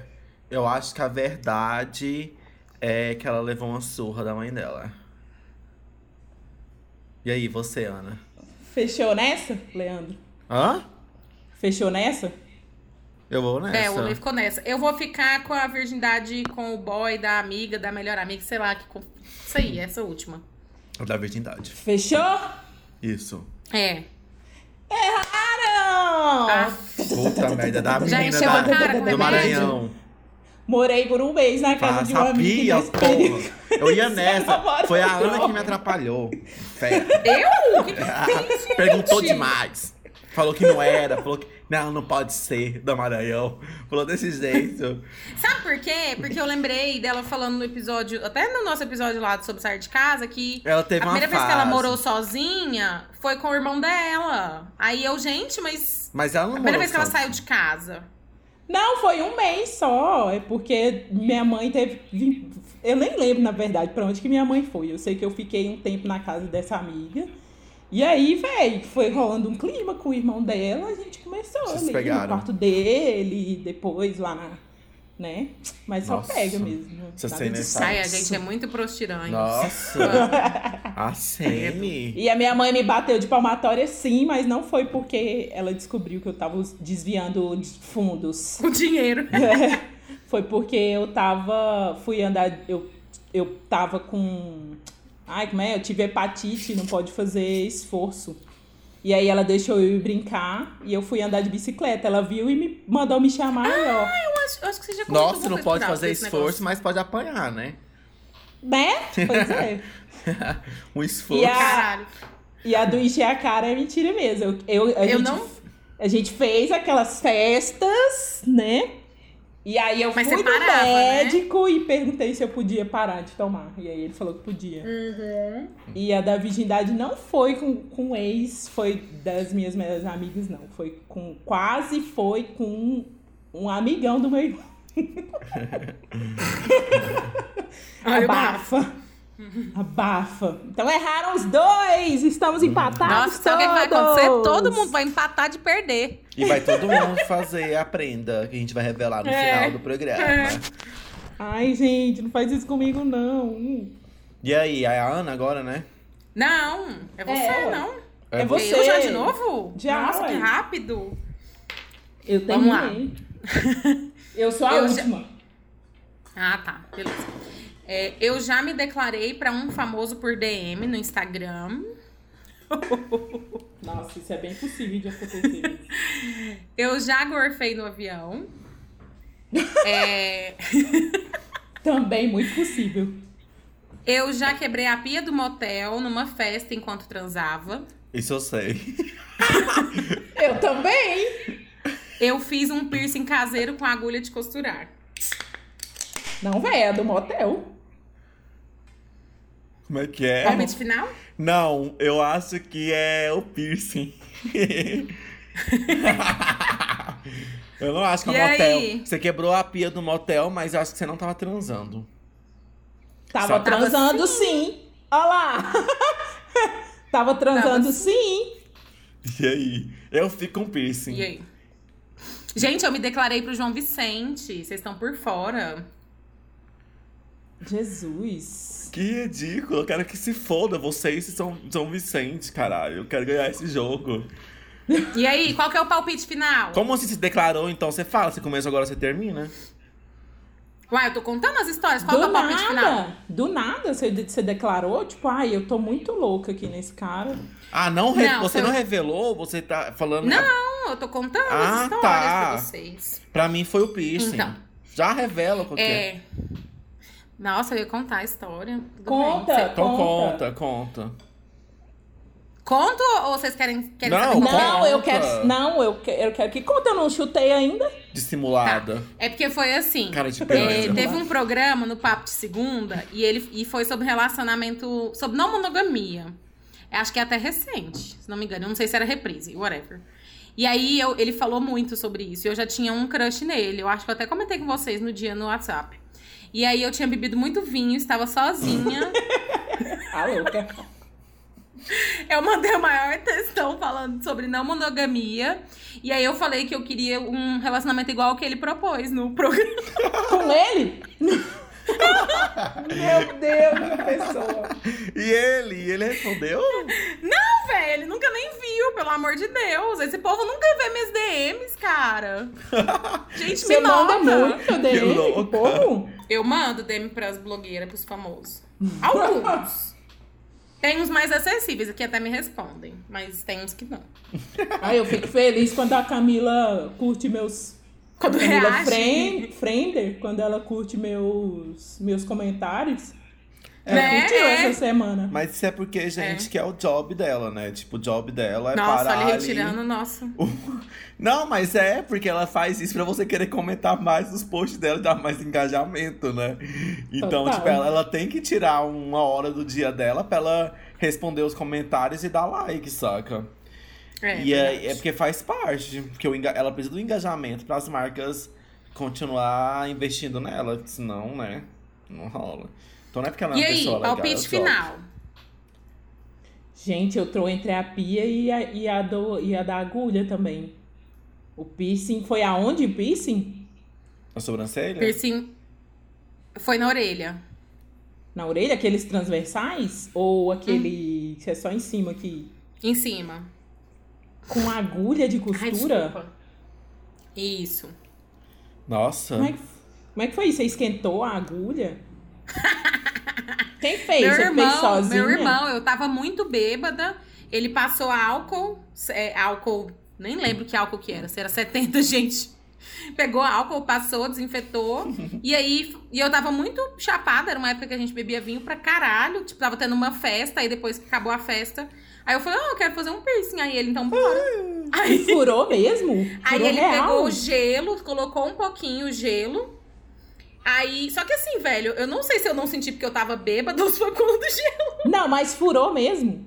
eu acho que a verdade é que ela levou uma surra da mãe dela. E aí, você, Ana? Fechou nessa, Leandro? Hã? Fechou nessa? Eu vou nessa. É, o Lê ficou nessa. Eu vou ficar com a virgindade com o boy da amiga, da melhor amiga, sei lá. Que com... Isso aí, essa última. É Da virgindade. Fechou? Ah, Isso. É. Não! Ah, Puta merda da Já Tá? Ah. menina encheu a é da- cara né? com do remédio? Maranhão. Morei por um mês na casa de uma amiga. e Sabia, nesse período- porra. Eu ia Você nessa. namorou Foi a o Ana que João. me atrapalhou. Ferro. Eu? O que que tem, [laughs] gente? Perguntou demais. Falou que não era, falou que não, não pode ser da Maranhão. Falou desse jeito. Sabe por quê? Porque eu lembrei dela falando no episódio, até no nosso episódio lá sobre sair de casa, que Ela teve a uma primeira fase. vez que ela morou sozinha foi com o irmão dela. Aí eu, gente, mas. Mas ela não A primeira morou vez que ela sozinha. saiu de casa. Não, foi um mês só. É porque minha mãe teve. vim- Eu nem lembro, na verdade, pra onde que minha mãe foi. Eu sei que eu fiquei um tempo na casa dessa amiga. E aí, véi, foi rolando um clima com o irmão dela, a gente começou Vocês ali pegaram. no quarto dele, depois lá na. Né? Mas só Nossa. pega mesmo. Essa nada cena é de- Sexo. Ai, a gente é muito prostiranha. Nossa. [laughs] a Sene. E a minha mãe me bateu de palmatória, sim, mas não foi porque ela descobriu que eu tava us- desviando de fundos. Com dinheiro. [laughs] Foi porque eu tava. Fui andar. Eu, eu tava com. Ai, como é? Eu tive hepatite, não pode fazer esforço. E aí ela deixou eu ir brincar e eu fui andar de bicicleta. Ela viu e me mandou me chamar e ó. Eu acho, eu acho que você já comentou Nossa, não alguma coisa pode por alto fazer desse esforço, mas pode apanhar, né? [laughs] Né? Pois é. um esforço. E negócio. Caralho. E a do encher a cara é mentira mesmo. Eu, eu, a Eu gente, não- A gente fez aquelas festas, né? E aí eu Mas fui você no parava, né? médico e perguntei se eu podia parar de tomar. E aí ele falou que podia. Uhum. E a da virgindade não foi com, com ex, foi das minhas melhores amigas, não. Foi com. Quase foi com um, um amigão do meu irmão. [laughs] [laughs] Olha o barro. Abafa. Abafa. Então erraram os dois! Estamos empatados. Nossa, sabe o que vai acontecer? todos. Todo mundo vai empatar de perder. E vai todo mundo fazer a prenda que a gente vai revelar no É. final do programa. É. Ai, gente, não faz isso comigo, não. Hum. E aí, a Ana agora, né? Não, é você, É, ué. não. É você. Eu já de novo? Já, Nossa, que ué. rápido. Eu Vamos terminei. [laughs] Eu sou a Eu já- última. Ah, tá. Beleza. É, eu já me declarei pra um famoso por DM no Instagram. Nossa, isso é bem possível de acontecer. [laughs] Eu já gorfei no avião. É, Também muito possível. eu já quebrei a pia do motel numa festa enquanto transava. Isso eu sei. Eu também. Eu fiz um piercing caseiro com agulha de costurar. Não, véi, é do motel. Como é que é? Palpite final? Não, eu acho que é o [laughs] piercing. eu não acho que é E o motel. aí? Você quebrou a pia do motel, mas eu acho que você não tava transando. Tava Só- transando sim. Olha lá. [laughs] Tava transando sim. E aí? Eu fico com piercing. E aí? Gente, eu me declarei pro João Vicente. Vocês estão por fora. Jesus. Que ridículo, eu quero que se foda vocês e São, São Vicente, caralho. Eu quero ganhar esse jogo. E aí, qual que é o palpite final? Como você se declarou, então você fala, você começa agora, você termina. Uai, eu tô contando as histórias. Qual que é do o palpite final? nada. Do nada você, você declarou, tipo, ai, eu tô muito louca aqui nesse cara. Ah, não, re- Não, você eu- não revelou, você tá falando. Não. Não, eu tô contando Ah, as histórias tá. pra vocês. Pra mim foi o piercing. Então. Já revela porque. É. Nossa, eu ia contar a história. Tudo Conta. bem. Cê- Então conta, Conta. conta. Conto ou vocês querem, querem Não, saber? é? conta. como- Não, eu quero. Não, eu quero, eu quero que conta, eu não chutei ainda. Dissimulada. É porque foi assim. Cara de É, beleza. teve um programa no Papo de Segunda e ele e foi sobre relacionamento, sobre não monogamia. Eu Acho que é até recente, se não me engano. Eu não sei se era reprise, whatever. E aí eu- ele falou muito sobre isso. Eu já tinha um crush nele. Eu acho que eu até comentei com vocês no dia no WhatsApp. E aí eu tinha bebido muito vinho, estava sozinha. A louca. Eu mandei o maior textão falando sobre não monogamia. E aí eu falei que eu queria um relacionamento igual ao que ele propôs no programa. Com ele? [laughs] Meu Deus, que pessoa. E ele, e ele respondeu? Velho, ele nunca nem viu, pelo amor de Deus. Esse povo nunca vê minhas [laughs] DMs, cara. Gente, Você me nota. manda muito Que dele, louca. povo. Eu mando DM pras blogueiras, pros [laughs] famosos. Alguns. Tem uns mais acessíveis que até me respondem, mas tem uns que não. Aí eu fico feliz quando a Camila curte meus Quando Camila reage. Fren- Frender, quando ela curte meus, meus comentários, ela Né? curtiu É. essa semana. Mas isso é porque, gente, que é o job dela, né? Tipo, o job dela é Nossa, parar ali- olha, retirando, nossa. [laughs] Não, mas é porque ela faz isso pra você querer comentar mais os posts dela, dar mais engajamento, né? Então, Total. tipo, ela, ela tem que tirar uma hora do dia dela pra ela responder os comentários e dar like, saca? É, e verdade. é, é porque faz parte, porque o enga- ela precisa do engajamento para as marcas continuar investindo nela, senão, né, não rola. Então não é porque ela é E uma aí, pessoa legal. palpite é só- final. Gente, eu tô entre a pia e a, e a, do, e a da agulha também. O piercing foi aonde o piercing? A sobrancelha? Piercing foi na orelha. Na orelha, aqueles transversais? Ou aquele Ah. que é só em cima aqui? Em cima. Com agulha de Ai, costura? desculpa. Isso. Nossa. como, é que, como é que foi isso? Você esquentou a agulha? Quem fez? meu Você fez irmão, sozinha? meu irmão, eu tava muito bêbada. Ele passou álcool, é, álcool, nem lembro que álcool que era, se era 70, [laughs] gente. Pegou álcool, passou, desinfetou. e aí, e eu tava muito chapada, era uma época que a gente bebia vinho pra caralho. Tipo, tava tendo uma festa, aí depois que acabou a festa. Aí eu falei, ah, eu quero fazer um piercing. Aí ele, então, bora. Aí, Furou mesmo? Aí Furou ele real? pegou o gelo, colocou um pouquinho o gelo. Aí, só que assim, velho, eu não sei se eu não senti porque eu tava bêbada ou se foi por conta do gelo. Não, mas furou mesmo.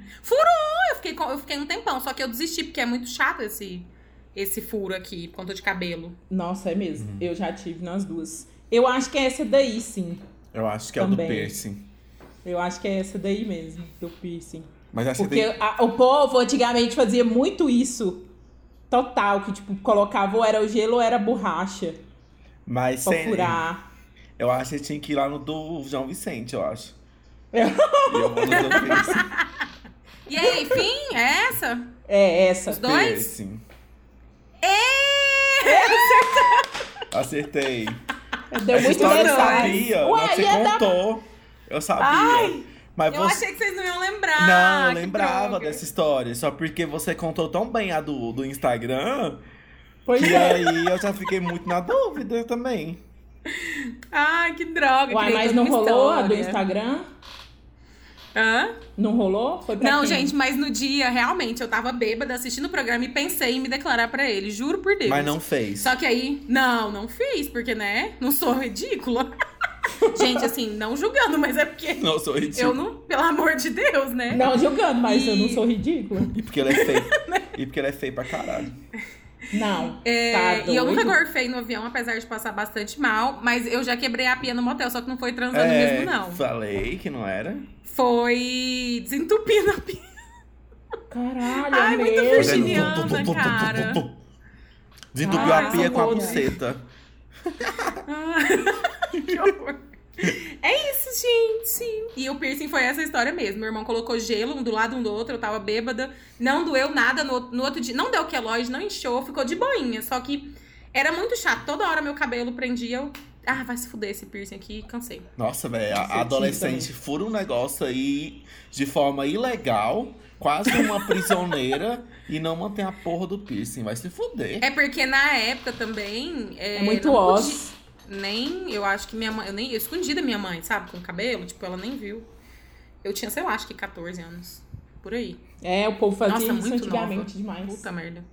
Eu fiquei, com- eu fiquei um tempão, só que eu desisti porque é muito chato esse, esse furo aqui, por conta de cabelo. Nossa, é mesmo. Eu já tive nas duas. Eu acho que é essa daí, sim. Eu acho que é o Também. do piercing. Eu acho que é essa daí mesmo, do piercing. Mas acho que Porque tem... a- o povo antigamente fazia muito isso. Total, que tipo, colocava ou era o gelo ou era a borracha Mas pra sem- furar. Eu acho que tinha que ir lá no do João Vicente, eu acho. [laughs] Eu- E eu vou no do piercing. [laughs] E aí, fim? É essa? É essa. Os dois? É! Piercing. Acertei. Deu Essa muito história eu detalhe. sabia. Ué, mas você e é da- contou. Eu sabia. Ai, mas Eu É você. achei que vocês não iam lembrar. Não, eu que lembrava droga. dessa história. Só porque você contou tão bem a do, do Instagram. Pois E é. aí eu já fiquei muito na dúvida também. Ai, que droga. Uai, criei mas toda não uma rolou a do história. Instagram? Hã? Não rolou? Foi pra Não, quem? gente, mas no dia, realmente, eu tava bêbada assistindo o programa e pensei em me declarar pra ele, juro por Deus. Mas não fez. Só que aí, não, não fiz, porque, né? Não sou ridícula. [laughs] gente, assim, não julgando, mas é porque Não, eu sou ridículo. eu não, pelo amor de Deus, né? Não julgando, mas eu não E- sou ridícula. E porque ele é feio. e porque ele é feio pra caralho. Não. É, tá e eu doido? nunca gorfei no avião, apesar de passar bastante mal, mas eu já quebrei a pia no motel, só que não foi É. transando mesmo, não. Falei que não era. Foi desentupindo a pia. Caralho, Ai, é muito mesmo. virginiana, cara. Desentupiu Ai, a pia são com a todas. buceta. que horror. É isso, gente. E o piercing foi essa história mesmo. Meu irmão colocou gelo um do lado um do outro, eu tava bêbada. Não doeu nada no, no outro dia. Não deu queloide, não inchou, ficou de boinha. Só que era muito chato. Toda hora meu cabelo prendia. Eu... Ah, vai se fuder esse piercing aqui. Cansei. Nossa, velho, Senti a adolescente fura um negócio aí de forma ilegal, quase uma prisioneira, e não mantém a porra do piercing. Vai se fuder. É porque na época também. É, É muito não podia- osso. Nem, eu acho que minha mãe. Eu nem eu escondi da minha mãe, sabe? Com o cabelo. Tipo, ela nem viu. Eu tinha, sei lá, acho que 14 anos. Por aí. É, o povo fazia Nossa, isso muito antigamente nova. demais. Puta merda.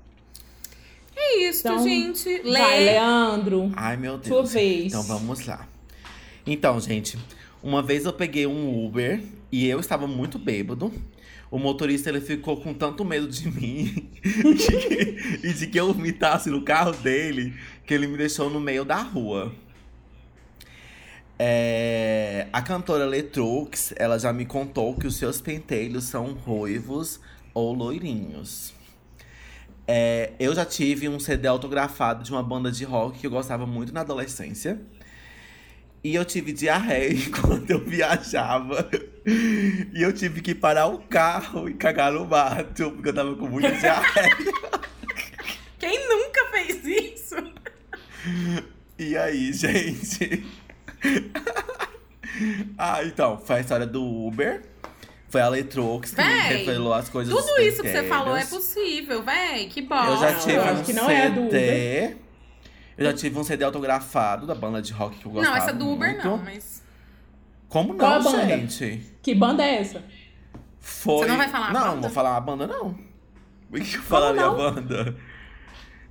É isso, Então, gente. Lê. Vai, Leandro. Ai, meu Deus. Sua vez. Então vamos lá. Então, gente, uma vez eu peguei um Uber e eu estava muito bêbado. O motorista ele ficou com tanto medo de [laughs] mim e de- e de que eu vomitasse no carro dele que ele me deixou no meio da rua. É, a cantora Letrux, ela já me contou que os seus pentelhos são ruivos ou loirinhos. É, eu já tive um CD autografado de uma banda de rock que eu gostava muito na adolescência. E eu tive diarreia [laughs] enquanto eu viajava. E eu tive que parar o carro e cagar no mato, porque eu tava com muita [laughs] diarreia. Quem nunca fez isso? E aí, gente? [laughs] ah, então, foi a história do Uber. Foi a Letrox que me Véi, revelou as coisas dos Tudo isso que você falou é penteiros. possível, véi. Que é bosta. Eu já Não, tive eu um acho que não CD. é a do Uber. Eu já tive um CD autografado da banda de rock que eu gostava Não, essa do Uber muito. não, mas. Como Qual a não, banda? gente? Que banda é essa? Foi... Você não vai falar a Não, banda? não vou falar a banda, não. Por que eu falaria a não? banda?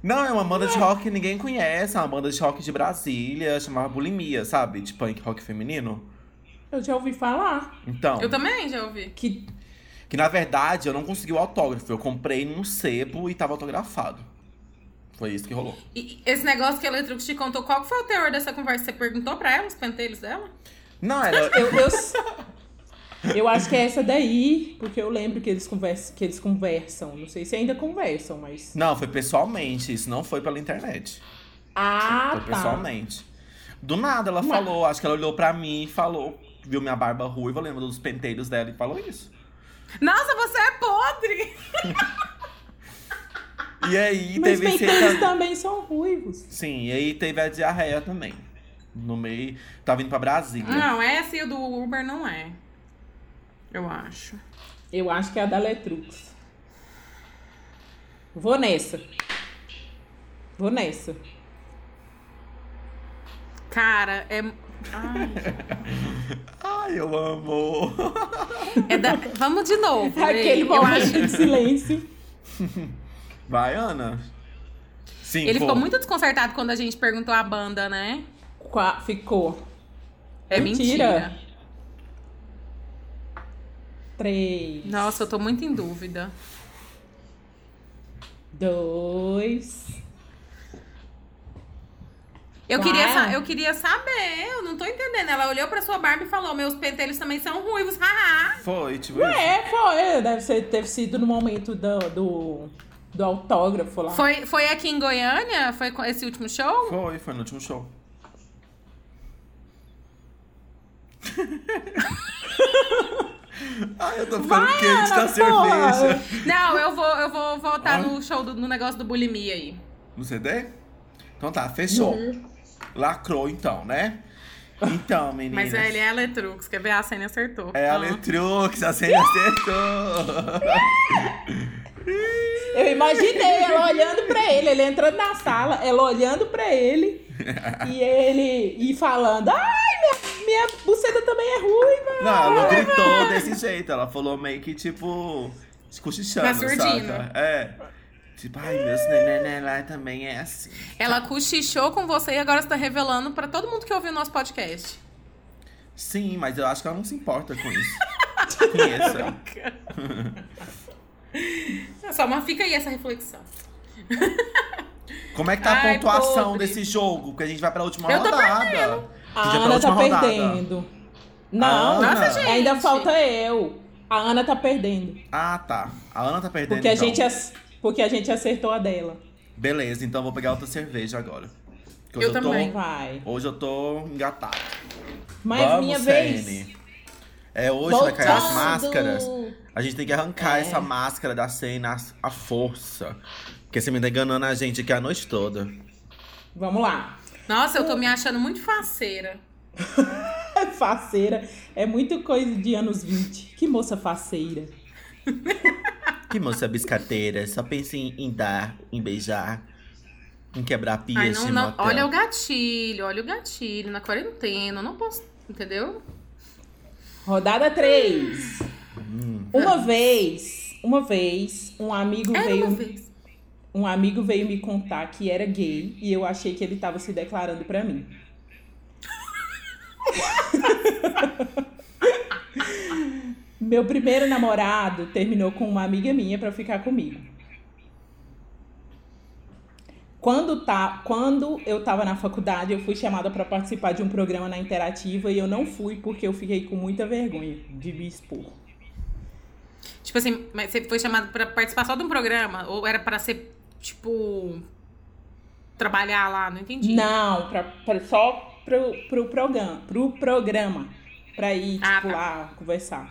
Não, é uma banda de rock que ninguém conhece. É uma banda de rock de Brasília. Chamava Bulimia, sabe? De punk rock feminino. Eu já ouvi falar. Então... Eu também já ouvi. Que Que na verdade eu não consegui o autógrafo. Eu comprei num sebo e tava autografado. Foi isso que rolou. E esse negócio que a Letrux te contou, qual que foi o teor dessa conversa? Você perguntou pra ela os pentelhos dela? Não, [laughs] era. eu, eu, eu acho que é essa daí, porque eu lembro que eles, conversam, que eles conversam. Não sei se ainda conversam, mas. Não, foi pessoalmente. Isso não foi pela internet. Ah, foi tá. pessoalmente. Do nada ela falou, acho que ela olhou pra mim e falou. Viu minha barba ruiva, lembra dos penteiros dela e falou isso. Nossa, você é podre! E aí Mas teve esse. penteiros também são ruivos. Sim, e aí teve a diarreia também. No meio. Tava indo pra Brasília. Ah. Não, essa e o do Uber não é. Eu acho. Eu acho que é a da Letrux. Vou nessa. Vou nessa. Cara, é. Ai. Ai, eu amo. [laughs] É da- Vamos de novo. Lê. Aquele eu acho... momento de silêncio. Vai, Ana. Sim, Ele ficou pô. muito desconcertado quando a gente perguntou a banda, né? Qua- Ficou. É Mentira. mentira. Três. Nossa, eu tô muito em dúvida. Dois. Eu Claro. queria, sa- eu queria saber, eu não tô entendendo. Ela olhou pra sua barba e falou: Meus pentelhos também são ruivos, [laughs] haha. Foi, tipo. isso. É, foi. Deve ser, ter sido no momento do, do, do autógrafo lá. Foi, foi aqui em Goiânia? Foi com esse último show? Foi, foi no último [laughs] show. Ai, Ah, eu tô ficando quente da porra! cerveja. Não, eu vou, eu vou voltar Ah. no show do no negócio do bulimia aí. No CD? Então tá, fechou. Lacrou então, né? Então, meninas. Mas ele é a Letrux, quer ver? A Senna acertou. É a Ah. Letrux, a senha acertou. Eu imaginei ela olhando pra ele, ele entrando na sala, ela olhando pra ele e ele e falando: Ai, minha, minha buceta também é ruiva. Não, ela não gritou desse jeito. Ela falou meio que tipo. Cochichando, Na surdina. saca? É. Tipo, ai, meus neném lá também é assim. Ela cochichou com você e agora está revelando pra todo mundo que ouviu o nosso podcast. Sim, mas eu acho que ela não se importa com [laughs] isso. Conheça. É Só uma fica aí essa reflexão. Como é que tá a Ai, pontuação podre. desse jogo? Porque a gente vai pra última Eu tô rodada. A A gente vai pra Ana tá última rodada. Ah, perdendo. Não, Ana. Nossa, gente. ainda falta eu. A Ana tá perdendo. Ah, tá. A Ana tá perdendo. Porque a, então. gente, é- ac- porque a gente acertou a dela. Beleza, então eu vou pegar outra cerveja agora. Que Eu também. Tô... Vai. Hoje eu tô engatado. Mas Vamos, minha CN. vez. É hoje vai cair as máscaras. A gente tem que É. arrancar essa máscara da cena à força. Porque você me tá enganando a gente aqui a noite toda. Vamos lá. Nossa, eu tô me achando muito faceira. [laughs] Faceira é muito coisa de anos 20. Que moça faceira. Que moça biscateira, só pensa em, em dar, em beijar, em quebrar pias Ai, não, de não. motel. Olha o gatilho, olha o gatilho. Na quarentena, eu não posso. Entendeu? Rodada 3. Uma vez, uma vez, um amigo Era veio É, uma vez. um amigo veio me contar que era gay e eu achei que ele tava se declarando pra mim. Meu primeiro namorado terminou com uma amiga minha pra ficar comigo. Quando, tá, quando eu tava na faculdade, eu fui chamada pra participar de um programa na Interativa e eu não fui porque eu fiquei com muita vergonha de me expor. Tipo assim, mas você foi chamado pra participar só de um programa? Ou era pra ser, tipo. Trabalhar lá? Não entendi. [laughs] Não, pra, pra- só pro, pro programa, pro programa, pra ir, Ah, tipo, tá. lá conversar.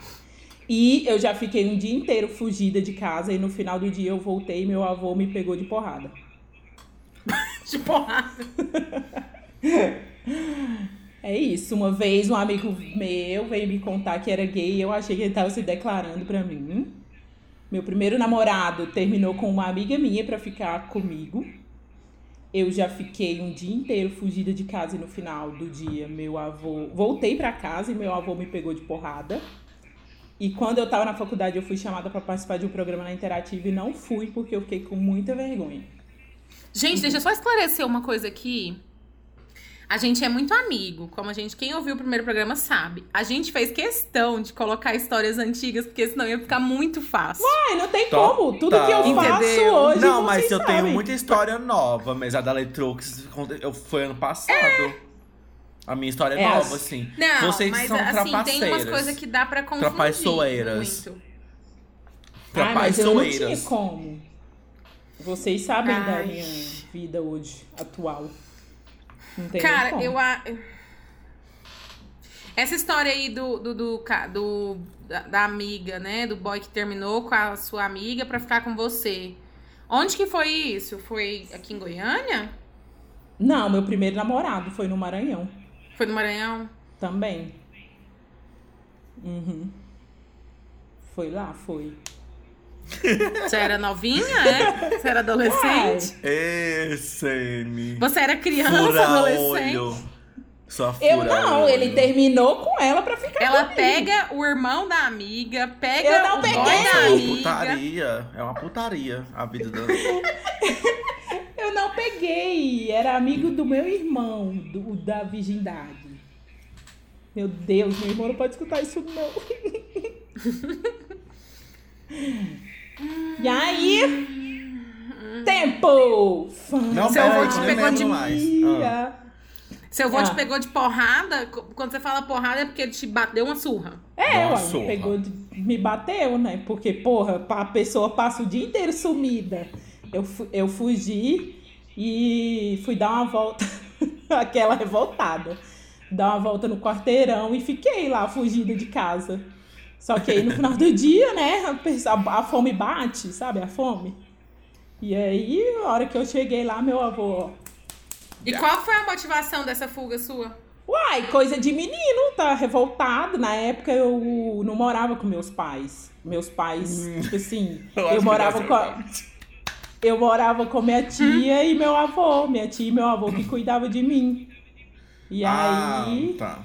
E eu já fiquei um dia inteiro fugida de casa e no final do dia eu voltei e meu avô me pegou de porrada. De porrada. É isso, uma vez um amigo meu veio me contar que era gay e eu achei que ele tava se declarando pra mim. Meu primeiro namorado terminou com uma amiga minha pra ficar comigo. Eu já fiquei um dia inteiro fugida de casa e no final do dia meu avô. Voltei pra casa e meu avô me pegou de porrada. E quando eu tava na faculdade, eu fui chamada pra participar de um programa na Interativa e não fui porque eu fiquei com muita vergonha. Gente, deixa eu só esclarecer uma coisa aqui. A gente é muito amigo, como a gente, quem ouviu o primeiro programa sabe. A gente fez questão de colocar histórias antigas, porque senão ia ficar muito fácil. Ai, não tem Total. como. Tudo que eu faço Entendeu? hoje. Não, vocês mas eu tenho sabem. muita história nova, mas a da Letrux eu- foi ano passado. A minha história é, É, nova, as- assim. Não, Vocês mas são assim, tem umas trapaceiras. coisas que dá pra confundir Trapaiçoeiras. muito. Ai, Ah, mas eu não tinha Trapaiçoeiras. como. Vocês sabem da Ai. minha vida hoje, atual. Não tem nem Cara, como. eu a... Essa história aí do, do, do, ca- do- da, da amiga, né? Do boy que terminou com a sua amiga pra ficar com você. Onde que foi isso? Foi aqui em Goiânia? Não, meu primeiro namorado foi no Maranhão Foi no Maranhão? também. Uhum. Foi lá, foi. Você era novinha, né? Você era adolescente? Esse M. Você era criança, Fura adolescente? olho. Só fura Eu não, olho. ele terminou com ela pra ficar Ela comigo. pega o irmão da amiga, pega Eu não o peguei. boy da É uma amiga. putaria. É uma putaria a vida da. Eu não peguei. Era amigo do meu irmão, do, o da virgindade. Meu Deus, meu irmão não pode escutar isso, não. e aí? Tempo! Não, Seu avô peraí, te eu pegou lembro de- mais. Ah. Fantasia. Seu avô Ah. te pegou de porrada. co- Quando você fala porrada é porque ele te bateu uma surra. É, Deu uma uai, me surra. pegou, de- me bateu, né? Porque, porra, pa- a pessoa passa o dia inteiro sumida. Eu, fu- eu fugi e fui dar uma volta, [laughs] aquela revoltada. Dar uma volta no quarteirão e fiquei lá, fugida de casa. Só que aí no final [laughs] do dia, né? A, pessoa- a fome bate, sabe? A fome. E aí, a hora que eu cheguei lá, meu avô, ó, E qual foi a motivação dessa fuga sua? Uai, coisa de menino, tá revoltado. Na época eu não morava com meus pais. Meus pais, tipo assim, Hum. [laughs] Eu eu, acho que morava deve com a- eu morava com minha tia e meu avô, minha tia e meu avô que cuidavam de mim. E aí, Ah, tá.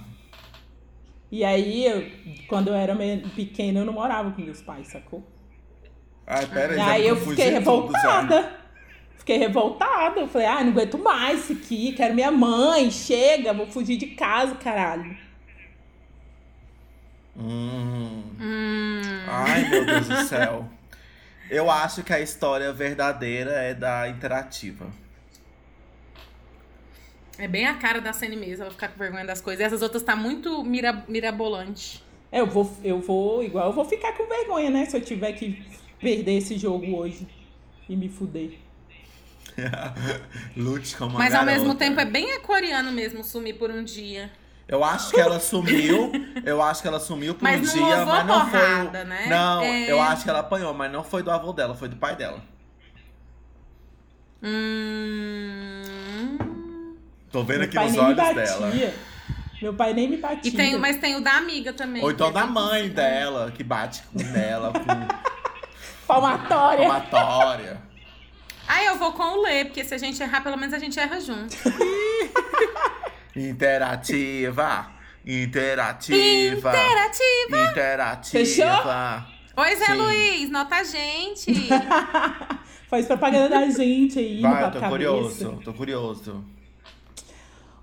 e aí eu- quando eu era men- pequena eu não morava com meus pais, sacou? Ai, pera E aí, já aí eu confundi fiquei tudo, já. revoltada. Fiquei revoltada. Eu falei, ai, não aguento mais isso aqui, quero minha mãe, chega, vou fugir de casa, caralho. Hum. Hum. Ai, meu Deus do céu. Eu acho que a história verdadeira é da Interativa. É bem a cara da Sene mesmo, ela ficar com vergonha das coisas. E essas outras tá muito mira- mirabolante. É, eu vou, eu vou, igual, eu vou ficar com vergonha, né? Se eu tiver que perder esse jogo hoje e me fuder. [laughs] Lute como uma Mas ao garota. mesmo tempo é bem aquariano mesmo sumir por um dia. Eu acho que ela sumiu. Eu acho que ela sumiu por Mas um não dia, levou mas não foi. porrada, né? Não, É. eu acho que ela apanhou, mas não foi do avô dela, foi do pai dela. Hum. Tô vendo Meu aqui pai nos nem me olhos batia. dela. Meu pai nem me E batia. tem, mas tem o da amiga também. Ou então da mãe dela, que bate com nela, com Palmatória. palmatória. Ah, eu vou com o Lê, porque se a gente errar, pelo menos a gente erra junto. Interativa. Interativa. Interativo! Interativa. Oi, Zé Sim. Luiz, nota [laughs] a gente! Faz propaganda da gente aí. Vai, no eu tô cabeça. curioso, tô curioso.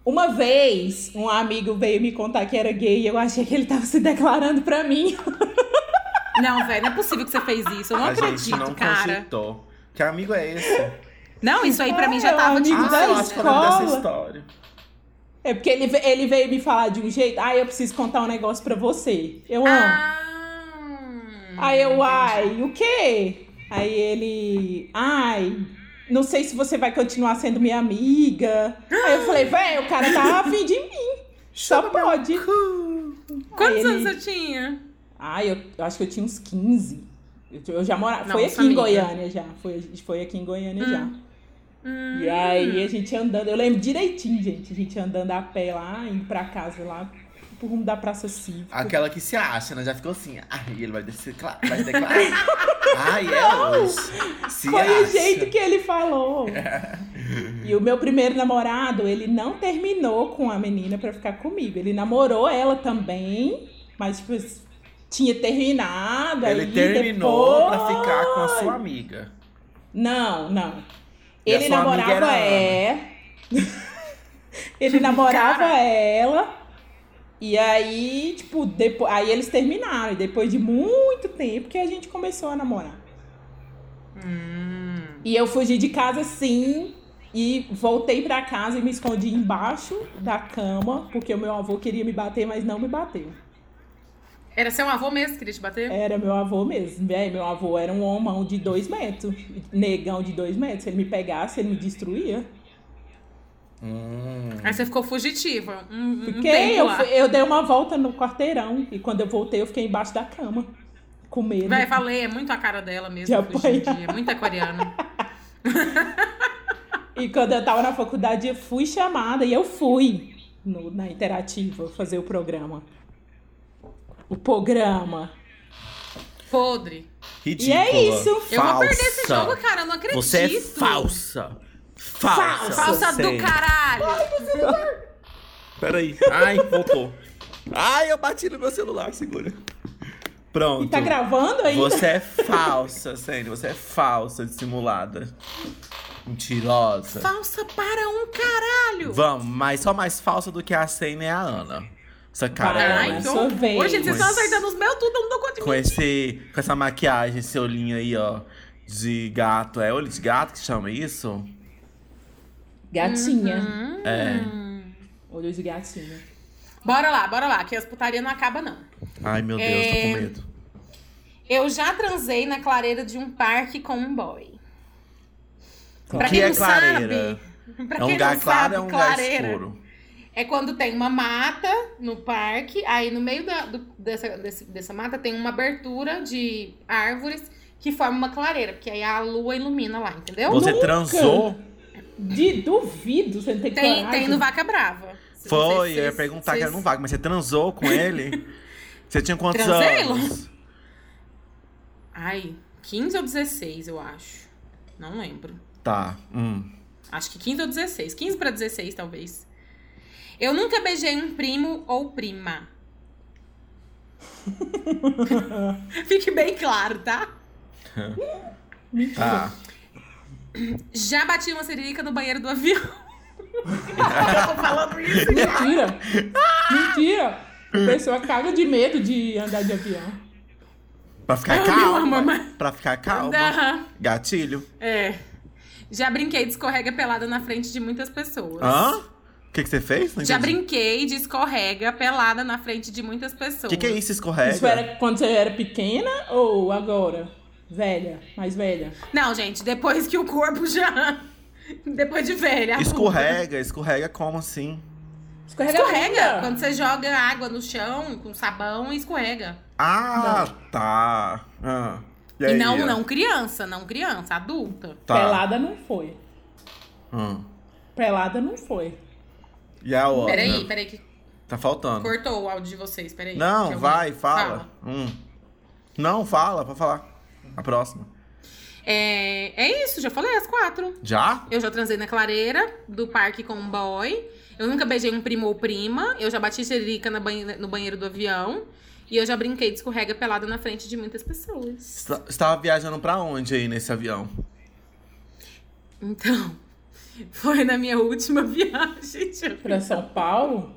Uma vez, um amigo veio me contar que era gay e eu achei que ele tava se declarando pra mim. não, velho, não é possível que você fez isso. Eu não a acredito, gente não cara. cogitou. Que amigo é esse? Não, isso aí pra mim É, já o tava de amigo ah, da eu acho que eu lembro dessa escola. história. É porque ele, ve- ele veio me falar de um jeito. Ah, eu preciso contar um negócio pra você. Eu amo. Ah. Aí eu, ai, o quê? Aí ele, ai, não sei se você vai continuar sendo minha amiga. Aí eu falei, velho, o cara tá afim de mim. Só pode. Quantos ele- anos eu tinha? Ai, eu, eu acho que eu tinha uns 15. Eu, eu já morava. Foi Nossa, aqui em amiga. Goiânia já. Foi, foi aqui em Goiânia Hum. já. E aí a gente andando, eu lembro direitinho, gente, a gente andando a pé lá, indo pra casa lá, por rumo da Praça Cívica. Aquela que se acha, né? Já ficou assim. Ai, ele vai declarar. Vai declarar. Ai, é hoje. Se Foi o acha. [laughs] É. jeito que ele falou. E o meu primeiro namorado, ele não terminou com a menina pra ficar comigo. Ele namorou ela também, mas tipo, tinha terminado. Ele aí terminou depois... pra ficar com a sua amiga. Não, não. E a Ele sua amiga era namorava Ana. é. [laughs] ele namorava ela. E aí, tipo, depois, aí eles terminaram. E depois de muito tempo que a gente começou a namorar. Hum. E eu fugi de casa sim. E voltei pra casa e me escondi embaixo da cama, porque o meu avô queria me bater, mas não me bateu. Era seu avô mesmo que queria te bater? Era meu avô mesmo. Véi, meu avô era um homão de dois metros, negão de dois metros. Se ele me pegasse, ele me destruía. Hum. Aí você ficou fugitiva. Um, um Porque tempo eu, lá. fui- eu dei uma volta no quarteirão e quando eu voltei eu fiquei embaixo da cama, com medo. Vai, falei, é muito a cara dela mesmo. De hoje em dia. É muito aquariana. E quando eu tava na faculdade eu fui chamada e eu fui no- na Interativa fazer o programa. O programa. Podre. Ridícula. E é isso. Eu vou perder Falsa. esse jogo, cara. Eu não acredito. Você é falsa. Falsa. Falsa Você. é. do caralho. Peraí. Ai, voltou. Ai, eu bati no meu celular, segura. Pronto. E tá gravando ainda? Você é falsa, Sandy. Você é falsa, dissimulada. Mentirosa. Falsa para um caralho. Vamos, mas só mais falsa do que a Sandy é a Ana. Essa cara Vai, dela, Ai, Ana. né? sua então. vez. Hoje, gente, vocês estão Mas- acertando os meus tudo, eu não dou conta de com mim. esse com esse essa maquiagem, esse olhinho aí, ó, de gato. É olho de gato que chama isso? É. Gatinha. Hum. Olho de gatinha. Bora lá, bora lá, que as putaria não acaba não. Ai, meu Deus, tô É, com medo. Eu já transei na clareira de um parque com um boy. [laughs] O Pra que quem é não clareira? sabe, pra É um quem lugar não claro, sabe, é um lugar clareira escuro. é quando tem uma mata no parque, aí no meio da, do- dessa, desse- dessa mata tem uma abertura de árvores que forma uma clareira, porque aí a lua ilumina lá, entendeu? Você nunca- transou? De duvido, você não tem, Tem, coragem. tem no Vaca Brava. Se Foi, vocês- eu ia perguntar que vocês- era no vago, mas você transou com ele? [laughs] você tinha quantos Transei, anos? Ai, 15 ou 16, eu acho. Não lembro. Tá. Hum. Acho que 15 ou 16. 15 pra 16, talvez. Eu nunca beijei um primo ou [laughs] prima. Fique bem claro, tá? Tá. Já bati uma ceririca no banheiro do avião. eu tô falando isso. [laughs] Mentira. Mentira. A pessoa caga de medo de andar de avião. Pra ficar Ah, [laughs] meu calma. amor, mas- Pra ficar calma. [laughs] Aham. Gatilho. É. Já brinquei de escorrega pelada na frente de muitas pessoas. Hã? O que, que você fez? Não Já entendi. brinquei de escorrega pelada na frente de muitas pessoas. O que, que é tá. isso, escorrega? Isso era quando você era pequena ou agora? Velha, mais velha. Não, gente, depois que o corpo já. [laughs] Depois de velha. adulta. Escorrega, escorrega como assim? Escorrega. Escorrega. ainda. Quando você joga água no chão com sabão, escorrega. Ah, tá. Ah. E, aí, não, ó? não criança, não criança, adulta. Tá. Pelada não foi. Ah. Pelada não foi. E a outra? Peraí, peraí, que Tá faltando. cortou o áudio de vocês, peraí. Não, Que eu- vai, fala. Hum. Não, fala, pode falar. A próxima. É, é isso, já falei as quatro. Já? Eu já transei na clareira do parque com um boy. Eu nunca beijei um primo ou prima. Eu já bati xerica na banhe- no banheiro do avião. E eu já brinquei de escorrega pelada na frente de muitas pessoas. Você tá- você tava viajando pra onde aí nesse avião? Então, [laughs] foi na minha última [laughs] viagem. de avião. Pra São Paulo?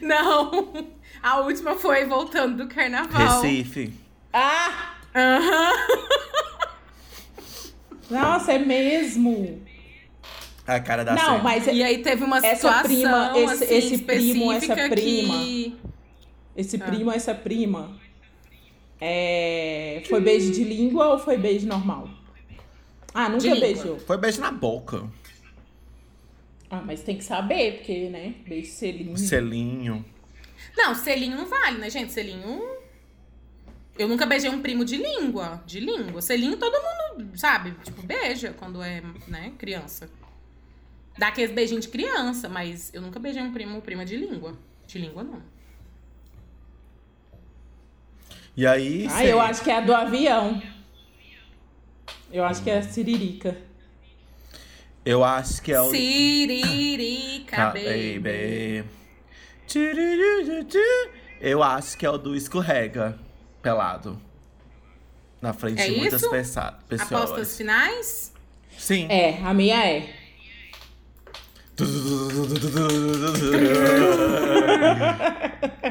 Não, a última foi voltando do carnaval. Recife. Ah! Aham. Nossa, é mesmo. É A cara da não, Sandy. mas é E aí teve uma Essa situação prima, esse- assim, esse primo, essa específica que... esse Ah. primo, essa prima. É... Foi beijo de língua ou foi beijo normal? Ah, nunca De língua. beijou. Foi beijo na boca. Ah, mas tem que saber, porque, né? Beijo ser língua. Selinho. Não, selinho não vale, né, gente? Selinho... Eu nunca beijei um primo de língua, de língua. Selinho todo mundo, sabe? Tipo, beija quando é, né, criança. Dá aqueles beijinhos de criança, mas eu nunca beijei um primo ou prima de língua. De língua, não. E aí. Ah, Sandy? eu acho que é a do avião. Eu acho que é a siririca. Eu acho que é o. Siririca, Ca- baby. baby. Tchururururu. Eu acho que é o do escorrega pelado. Na frente É de muitas isso? peça- pessoas. Apostas finais? Sim. É, a minha é.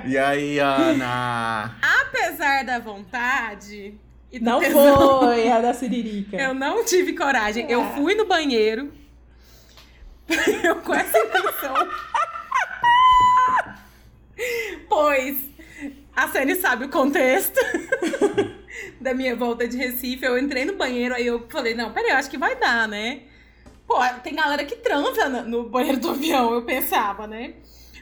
E aí, Ah, Ana? Apesar da vontade. E do Não tesão, foi é a da Siririca. Eu não tive coragem. Eu fui no banheiro. [laughs] Eu com essa intenção. pois a Sene sabe o contexto [laughs] da minha volta de Recife. Eu entrei no banheiro, aí eu falei, não, peraí, eu acho que vai dar, né? Pô, tem galera que transa no- no banheiro do avião, eu pensava, né?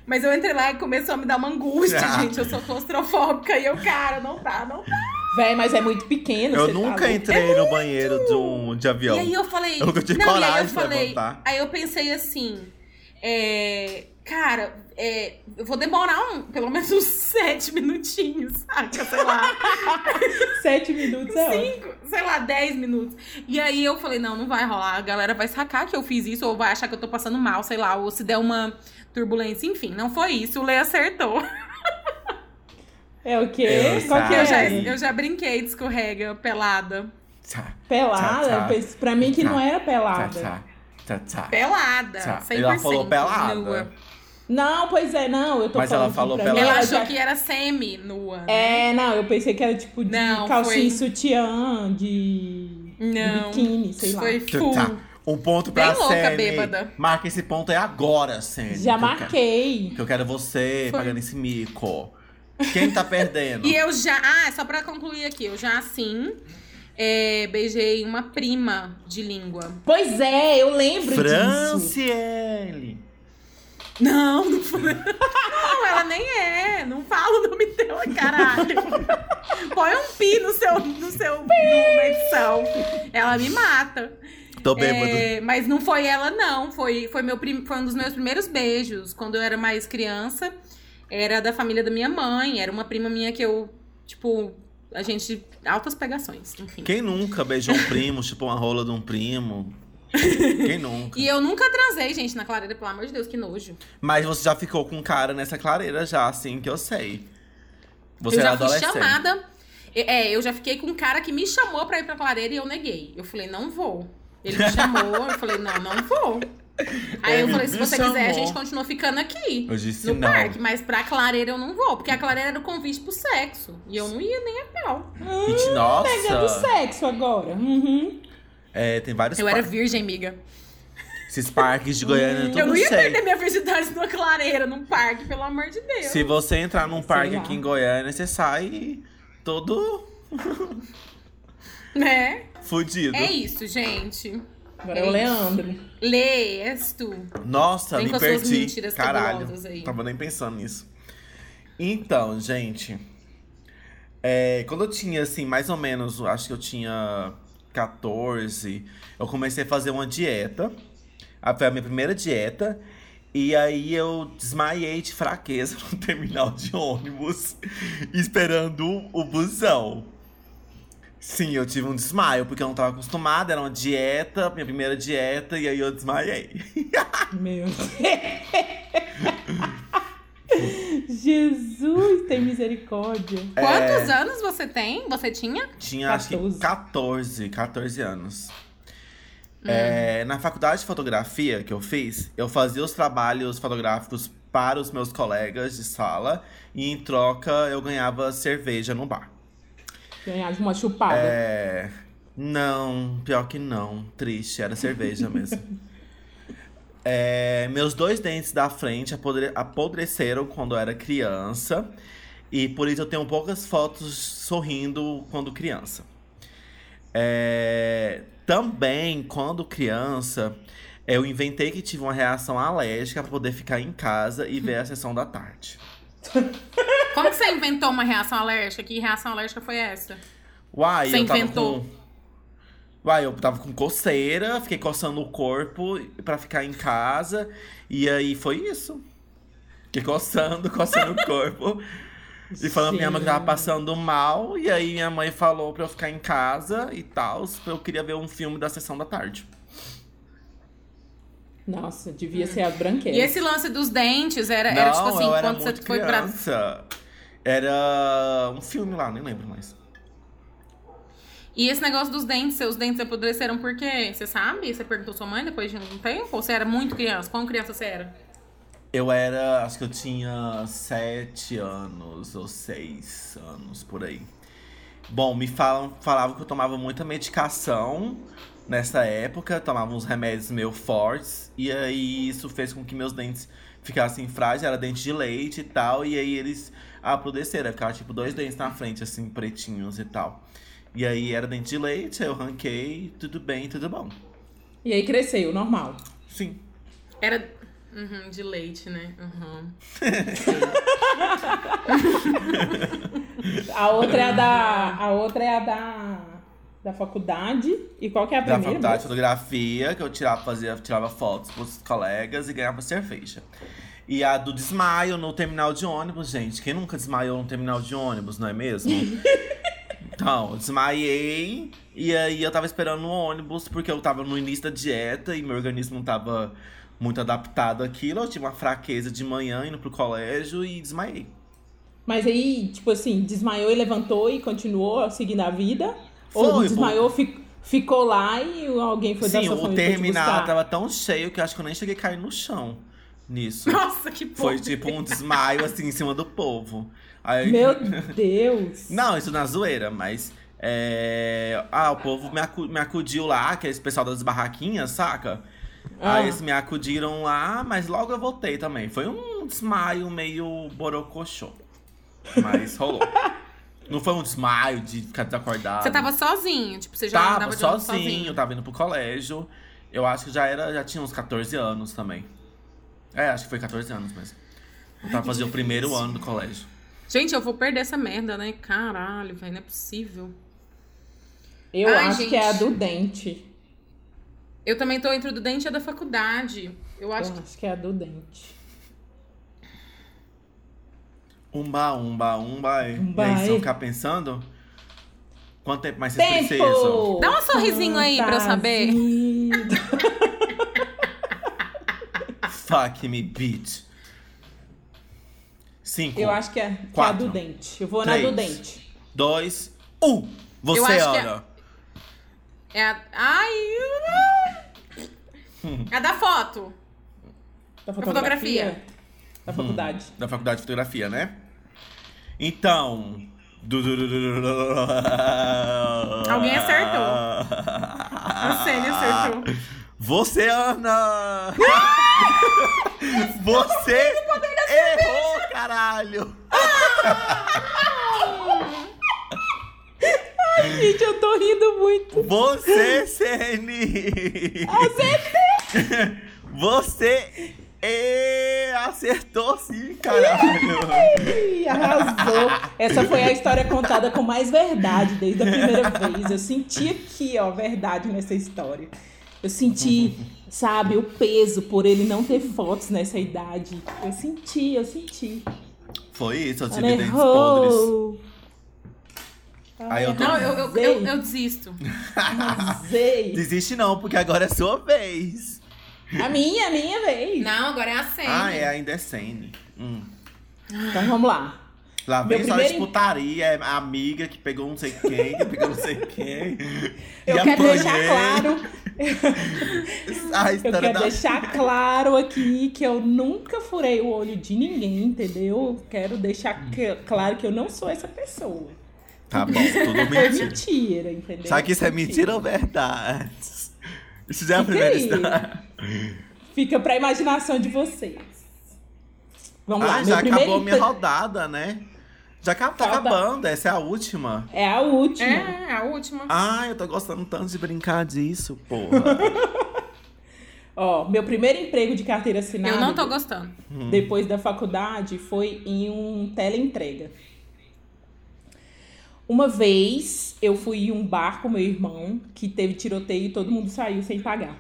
Mas eu entrei lá e começou a me dar uma angústia, Ah. gente. Eu sou claustrofóbica e eu, cara, não dá, não dá. Véi, mas é muito pequeno. Eu cê tá nunca louco. entrei no banheiro de, um, de avião. é E aí eu falei. Eu nunca tive não, e aí coragem eu de falei. levantar. Aí eu pensei assim. é, cara, é, eu vou demorar um, pelo menos uns [laughs] sete minutinhos, saca? Sei lá. [laughs] Sete minutos é ótimo. cinco, sei lá, dez minutos. E aí eu falei, não, não vai rolar. A galera vai sacar que eu fiz isso, ou vai achar que eu tô passando mal, sei lá, ou se der uma turbulência, enfim, não foi isso. O Lê acertou. É o quê? Eu Qual que sabe. [laughs] Eu já, é? eu já brinquei de escorrega pelada. Tchá, Pelada? Tchá, tchá. Eu pensei- Pra mim que não era tchá, pelada. tchá, tchá, tchá. Pelada. Tchá. 100% Tá, Ela falou nua. pelada. Não, pois é, não. Eu tô Mas falando ela falou que pra mim pelada. Ela era achou da- que era semi-nua. né? É, não, eu pensei que era tipo de Não, calcinha foi- e sutiã, de... Não. de biquíni, sei lá. Foi Tchá, full. tchá. Um ponto pra Bem louca, Sene. bêbada. Marca esse ponto aí agora, Sene. Já que eu quero- marquei. Que eu quero você Foi. pagando esse mico. Quem [laughs] tá perdendo? E eu já. Ah, só pra concluir aqui, eu já assim é, beijei uma prima de língua. Pois é, eu lembro disso. Franciele. Não, não foi. Não, ela nem é. Não fala o nome dela, caralho. Põe um pi no seu. No seu no, na edição. Ela me mata. Tô bêbado. É, mas não foi ela, não. Foi, foi, meu prim... foi um dos meus primeiros beijos. Quando eu era mais criança, era da família da minha mãe. Era uma prima minha que eu, tipo, a gente. Altas pegações, enfim. Quem nunca beijou um primo, chupou uma rola de um primo? Quem nunca? E eu nunca transei, gente, na clareira, pelo amor de Deus, que nojo. Mas você já ficou com um cara nessa clareira já, assim, que eu sei. Você eu era já fui adolescente. chamada. É, eu já fiquei com um cara que me chamou pra ir pra clareira e eu neguei. Eu falei, não vou. Ele me chamou, eu falei, não, não [laughs] vou. Aí eu Ele falei, se me você quiser, a chamou. gente continua ficando aqui. Eu disse no não. parque, mas pra clareira eu não vou, porque a clareira era o convite pro sexo. E eu não ia nem a pau. E Hum, te- Pega do nossa, sexo agora. Uhum. é, tem vários Eu era par- virgem, amiga. esses parques de Goiânia, eu não tudo ia sei. perder minha virgindade numa clareira, num parque, pelo amor de Deus. Se você entrar num Sei parque lá. aqui em Goiânia, você sai todo Né? fudido. É isso, gente. Agora é o Leandro. Lê, és tu. Nossa, Vem me com as suas perdi. mentiras Caralho, cabulosas aí. tava nem pensando nisso. Então, gente, é, quando eu tinha, assim, mais ou menos, eu acho que eu tinha 14, eu comecei a fazer uma dieta. A- Foi a minha primeira dieta. E aí eu desmaiei de fraqueza [laughs] no terminal de ônibus, esperando o busão. Sim, eu tive um desmaio, porque eu não tava acostumada, era uma dieta, minha primeira dieta, e aí eu desmaiei. Meu Deus. [laughs] Jesus, tem misericórdia. É. Quantos anos você tem? Você tinha? Tinha acho que 14. 14, 14 anos. É, na faculdade de fotografia que eu fiz, eu fazia os trabalhos fotográficos para os meus colegas de sala e em troca eu ganhava cerveja no bar. Ganhar de uma chupada. É. Não, pior que não. Triste, era cerveja mesmo. É, meus dois dentes da frente apodre- apodreceram quando eu era criança. E por isso eu tenho poucas fotos sorrindo quando criança. É, também, quando criança, eu inventei que tive uma reação alérgica para poder ficar em casa e ver a sessão da tarde. Como que você inventou uma reação alérgica? Que reação alérgica foi essa? Uai, Você eu tava inventou. com. Uai, eu tava com coceira, fiquei coçando o corpo pra ficar em casa. E aí foi isso. Fiquei coçando, [laughs] coçando o corpo. E falando pra minha mãe que tava passando mal. E aí minha mãe falou pra eu ficar em casa e tal. Eu queria ver um filme da sessão da tarde. Nossa, devia ser a branqueira. E esse lance dos dentes era, não, era tipo assim, eu era quando você muito foi pra. criança. Era um filme lá, nem lembro mais. E esse negócio dos dentes, seus dentes apodreceram por quê? Você sabe? Você perguntou sua mãe depois de um tempo? Ou você era muito criança? Quão criança você era? Eu era, acho que eu tinha sete anos ou seis anos por aí. Bom, me falam, falavam que eu tomava muita medicação nessa época, tomava uns remédios meio fortes, e aí isso fez com que meus dentes ficassem frágeis, era dente de leite e tal, e aí eles apodreceram, ficava tipo dois dentes na frente, assim, pretinhos e tal. E aí era dente de leite, eu ranquei, tudo bem, tudo bom. E aí cresceu, normal. Sim. Era. Uhum, de leite, né? Uhum. [laughs] A outra é a da. A outra é a da. Da faculdade. E qual que é a da primeira? faculdade de fotografia, que eu tirava, fazia, tirava fotos pros colegas e ganhava cerveja. E a do desmaio no terminal de ônibus, gente. Quem nunca desmaiou no terminal de ônibus, não é [laughs] mesmo? então, eu desmaiei e aí eu tava esperando o ônibus porque eu tava no início da dieta e meu organismo não tava muito adaptado àquilo. Eu tinha uma fraqueza de manhã indo pro colégio e desmaiei. Mas aí, tipo assim, desmaiou e levantou e continuou seguindo a vida? Ou Foi, desmaiou, fi- ficou lá e alguém foi da Sim, sua o família foi te terminal buscar? tava tão cheio que eu acho que eu nem cheguei a cair no chão nisso. Nossa, que porra. Foi tipo um desmaio assim em cima do povo. Aí- Meu Deus! Não, isso na zoeira, mas. é, Ah, o povo me, acu- me acudiu lá, que é esse pessoal das barraquinhas, saca? Ah. Aí eles me acudiram lá, mas logo eu voltei também. Foi um desmaio meio borocochô. Mas [laughs] rolou. Não foi um desmaio de ficar desacordado. Você tava sozinho, tipo, você já tava andava de sozinho, ônibus sozinho. tava indo pro colégio. Eu acho que já era, já tinha uns 14 anos também. É, acho que foi 14 anos mesmo. Eu tava fazendo o primeiro ano do colégio. Gente, eu vou perder essa merda, né? Caralho, velho, não é possível. Eu Ai, acho gente. que é a do dente. Eu também tô entre o do dente e a da faculdade. Eu acho eu que. acho que é a do dente. Umba, umba, umba. E Umba, aí, se eu e- ficar pensando, quanto tempo mais vocês precisam? Tempo! Dá um sorrisinho aí pra eu saber. Fantasia. Fuck me, bitch. Cinco, Eu acho que é, que é a Quatro. do dente. Eu vou na do Três. dente. dois, um. Eu Você, acho que é- Ana. É a. [laughs] Ai! eu- Hum. É a da foto. Da Tá fotografia. fotografia. Hum. Da faculdade. Da faculdade de fotografia, né? Então. du- du- du- du- du- du- du- Alguém acertou. A Sênia acertou. Você, [laughs] Ana! Você errou, caralho! Gente, eu tô rindo muito. Você, Sene! [laughs] Você e- acertou sim, caralho! Ih, arrasou. Essa foi a história contada com mais verdade desde a primeira vez. Eu senti aqui, ó, verdade nessa história. Eu senti, sabe, o peso por ele não ter fotos nessa idade. Eu senti, eu senti. Foi isso, eu Ela tive dentes podres. errou. Aí eu tô- Não, eu, eu, Arrasei. eu, eu desisto. Arrasei. Desiste não, porque agora é sua vez. A minha, a minha vez. Não, agora é a Sênia. Ah, né? é, ainda é Sene. Hum. Então vamos lá. Lá Meu vem só de primeiro em- putaria, é a amiga que pegou não sei quem, que pegou não sei quem. [laughs] Eu e quero apanhei. deixar claro, A eu história quero da... [laughs] deixar claro aqui que eu nunca furei o olho de ninguém, entendeu? Quero deixar que- claro que eu não sou essa pessoa. Tá bom, [laughs] tudo Foi mentira. É mentira, entendeu? Sabe que isso é mentira ou verdade? Isso já é a Fica primeira aí. história. Fica pra imaginação de vocês. Vamos lá, Ah, meu já primeiro acabou a minha emprego- rodada, né? Já acabou, tá Falta- acabando, essa é a última. É a última. É, a última. Ah, eu tô gostando tanto de brincar disso, [laughs] porra. Ó, meu primeiro emprego de carteira assinada eu não tô gostando. Hum. depois da faculdade foi em um teleentrega. Uma vez eu fui em um bar com meu irmão que teve tiroteio e todo mundo saiu sem pagar.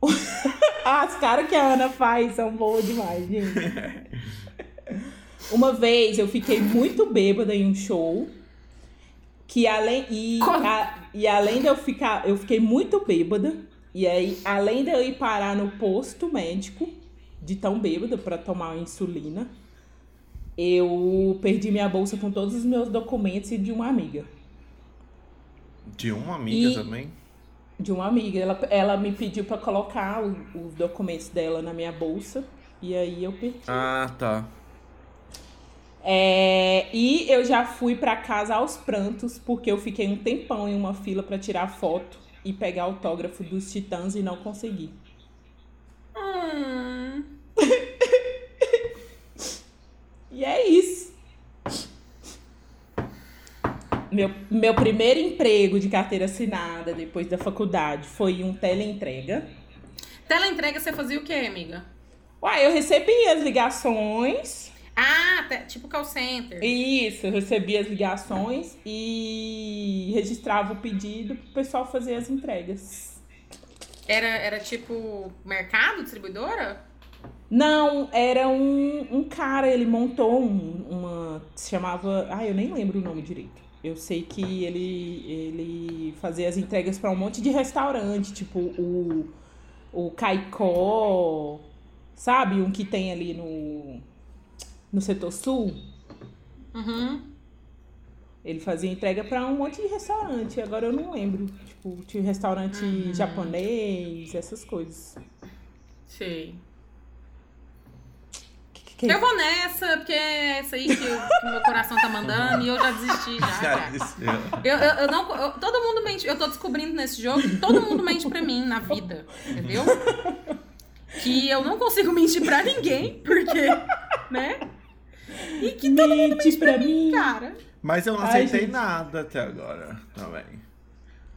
[laughs] As caras que a Ana faz são boas demais, gente. Uma vez eu fiquei muito bêbada em um show. Que além. E, Como? a- e além de eu ficar. Eu fiquei muito bêbada. E aí, além de eu ir parar no posto médico, de tão bêbada para tomar insulina, eu perdi minha bolsa com todos os meus documentos e de uma amiga. De uma amiga E- também. De uma amiga. Ela, ela me pediu para colocar o- os documentos dela na minha bolsa. E aí eu perdi. Ah, tá. É, e eu já fui pra casa aos prantos, porque eu fiquei um tempão em uma fila pra tirar foto e pegar autógrafo dos Titãs e não consegui. Hum, [laughs] E é isso. Meu, meu primeiro emprego de carteira assinada depois da faculdade foi um teleentrega. tela entrega você fazia o quê, amiga? Uai, eu recebi as ligações. Ah, te- tipo call center. Isso, eu recebia as ligações e registrava o pedido pro pessoal fazer as entregas. Era, era tipo mercado, distribuidora? Não, era um, um cara, ele montou um- uma. Se chamava. Ah, eu nem lembro o nome direito. Eu sei que ele, ele fazia as entregas pra um monte de restaurante, tipo o, o Caicó, sabe? Um que tem ali no, no setor sul. Uhum. Ele fazia entrega pra um monte de restaurante, agora eu não lembro. Tipo, tinha restaurante Uhum. japonês, essas coisas. Sei. Que- que- que- Eu vou nessa, porque é essa aí que, eu- que meu coração tá mandando e eu já desisti [laughs] já. Cara, cara. isso- Eu, eu, eu não. eu- todo mundo mente. Eu tô descobrindo nesse jogo que todo mundo mente pra mim na vida, entendeu? Que eu não consigo mentir pra ninguém, porque. Né? E que, Mente pra mim. cara. Mas eu não Ai, aceitei gente. nada até agora também.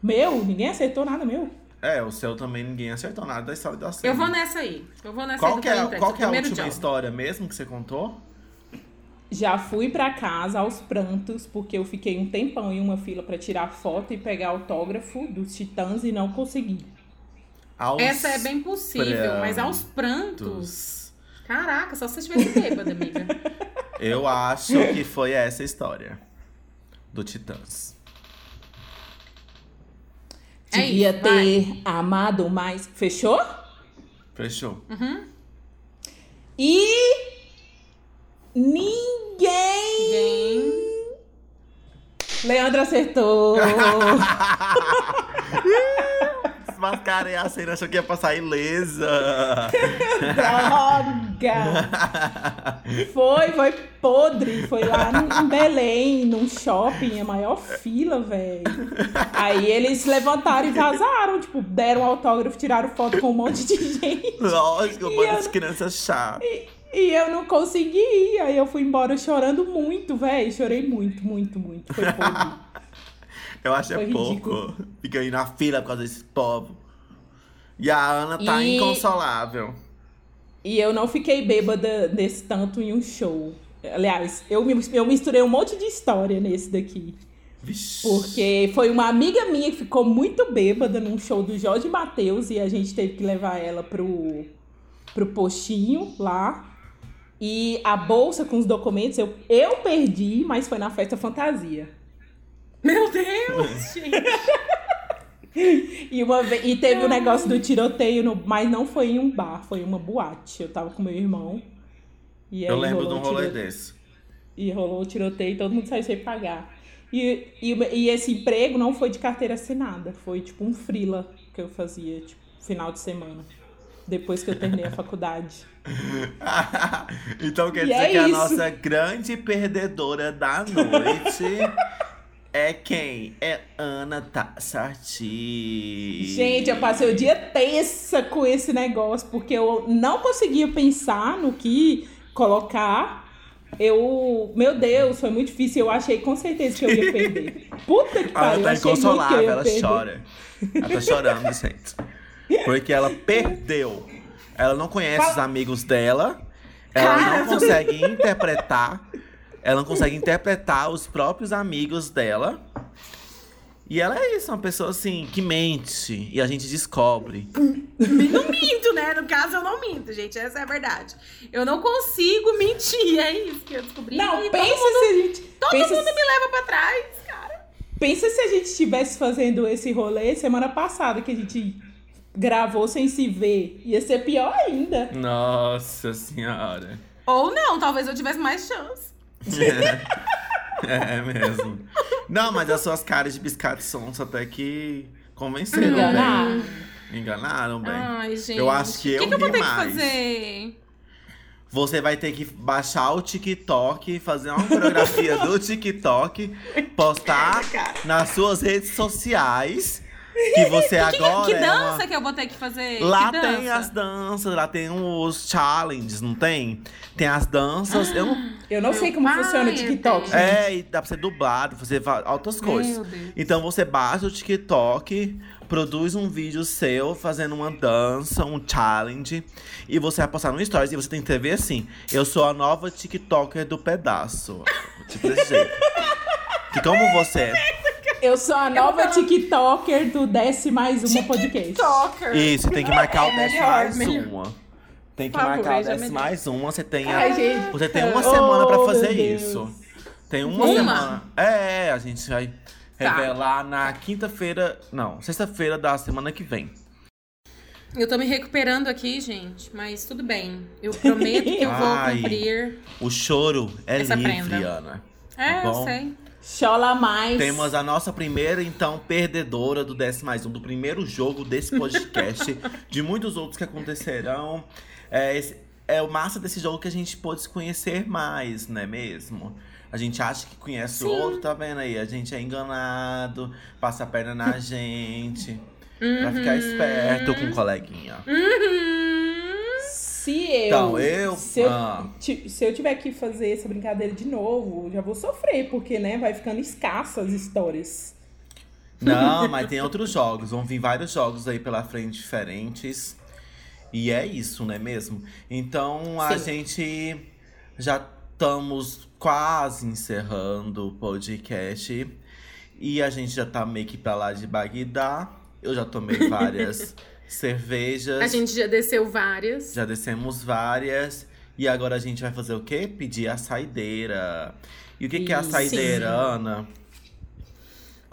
Meu, ninguém acertou nada meu. É, o seu também ninguém acertou nada da história da cena. Eu vou nessa aí. Eu vou nessa aí Qual do que é, Valentine's, qual o que é a primeiro última diálogo. história mesmo que você contou? Já fui pra casa aos prantos, porque eu fiquei um tempão em uma fila pra tirar foto e pegar autógrafo dos titãs e não consegui. Aos Essa é bem possível, mas aos prantos. prantos. Caraca, só se você tivesse bêbada, amiga. Eu acho que foi essa a história do Titãs. É Devia isso, ter amado mais. Fechou? Fechou. Uhum. E ninguém. Ninguém. Leandro acertou. Desmascarei a cena, achou que ia passar ilesa. Droga! Foi, foi podre. Foi lá no- em Belém, num shopping, a maior fila, velho. Aí eles levantaram e vazaram, tipo, deram autógrafo, tiraram foto com um monte de gente. [laughs] Lógico, E mano, eu as crianças chatas. E eu não consegui ir. Aí eu fui embora chorando muito, velho. Chorei muito, muito, muito. Foi podre. Eu acho Foi é ridículo. pouco. Fica aí na fila por causa desse povo. E a Ana tá E- inconsolável. E eu não fiquei bêbada desse tanto em um show. Aliás, eu, me- eu misturei um monte de história nesse daqui. Vixe. Porque foi uma amiga minha que ficou muito bêbada num show do Jorge Matheus e a gente teve que levar ela pro, pro postinho lá. E a bolsa com os documentos eu, eu perdi, mas foi na festa fantasia. Meu Deus, [laughs] gente. E, uma ve- e teve o negócio do tiroteio, no- mas não foi em um bar, foi em uma boate. Eu tava com meu irmão. E aí Eu lembro de rolou um o rolê tiroteio. desse. [laughs] E rolou o tiroteio e todo mundo saiu sem pagar. E, e, e esse emprego não foi de carteira assinada, foi tipo um freela que eu fazia, tipo, final de semana. Depois que eu terminei [laughs] a faculdade. então quer E dizer é que a isso. nossa grande perdedora da noite é quem? É Ana Tassati. Gente, eu passei o dia tensa com esse negócio, porque eu não conseguia pensar no que colocar. Eu, meu Deus, foi muito difícil. Eu achei com certeza que eu [laughs] ia perder. Puta que Ela pariu, eu tá achei muito que eu inconsolável, ia ela perder. chora. Ela tá chorando, [laughs] gente. Porque ela perdeu. Ela não conhece os amigos dela. Ela não consegue interpretar. Ela não consegue interpretar os próprios amigos dela. E ela é isso, uma pessoa assim, que mente. E a gente descobre. Não minto, né? No caso, eu não minto, gente. Essa é a verdade. Eu não consigo mentir. É isso que eu descobri. Não, E pensa se a gente. Todo pensa mundo me leva pra trás, cara. Pensa se a gente estivesse fazendo esse rolê semana passada, que a gente gravou sem se ver, ia ser pior ainda. Nossa senhora. Ou não, talvez eu tivesse mais chance. [laughs] É, é mesmo. Não, mas as suas caras de biscate sons até que convenceram Enganar. bem. Enganaram bem. Ai, gente. Eu acho que eu O que, que eu vou ri ter mais. que fazer? Você vai ter que baixar o TikTok, fazer uma coreografia [laughs] do TikTok, postar nas suas redes sociais. Que você [laughs] Que, agora. que é uma- dança que eu vou ter que fazer? Lá que tem dança? as danças, lá tem os challenges, não tem? Tem as danças. eu [gasps] não- Eu não Meu sei como pai, funciona o TikTok. gente. É, e dá pra ser dublado, fazer va- altas coisas. Meu Deus. Então você baixa o TikTok, produz um vídeo seu fazendo uma dança, um challenge, e você vai postar no Stories e você tem que escrever assim: Eu sou a nova TikToker do pedaço. Tipo desse jeito. Que como você. é Eu sou a nova falo- TikToker do Desce Mais Uma Podcast. Stalker. Isso, tem que marcar o É 10 melhor, mais melhor. uma. Tem que Por favor, marcar o veja 10 melhor. mais uma, você tem a. Ai, gente. Você tem uma Oh, semana pra meu fazer Deus. isso. Tem uma, Uma? semana. É, a gente vai Tá. revelar na quinta-feira. Não, sexta-feira da semana que vem. Eu tô me recuperando aqui, gente, mas tudo bem. Eu prometo que eu vou [laughs] Ai. cumprir. O choro é Essa livre, prenda. Ana. É, Tá bom. eu sei. Chola mais. Temos a nossa primeira, então, perdedora do 10 mais um, do primeiro jogo desse [laughs] podcast, de muitos outros que acontecerão. É, esse- é o massa desse jogo que a gente pôde se conhecer mais, não é mesmo? A gente acha que conhece o outro, tá vendo aí? A gente é enganado, passa a perna [laughs] na gente. Pra ficar esperto com o coleguinha. Uhum. Se eu. Então, eu. Se eu, ah, ti- se eu tiver que fazer essa brincadeira de novo, eu já vou sofrer, porque, né, vai ficando escassa as histórias. Não, mas tem outros jogos. Vão vir vários jogos aí pela frente diferentes. E é isso, não é mesmo? Então a Sim. gente já estamos quase encerrando o podcast. E a gente já tá meio que pra lá de Bagdá. Eu já tomei várias cervejas. [laughs] A gente já desceu várias. Já descemos várias. E agora a gente vai fazer o quê? Pedir a saideira. E o que, que é a Sim. saideira, Ana?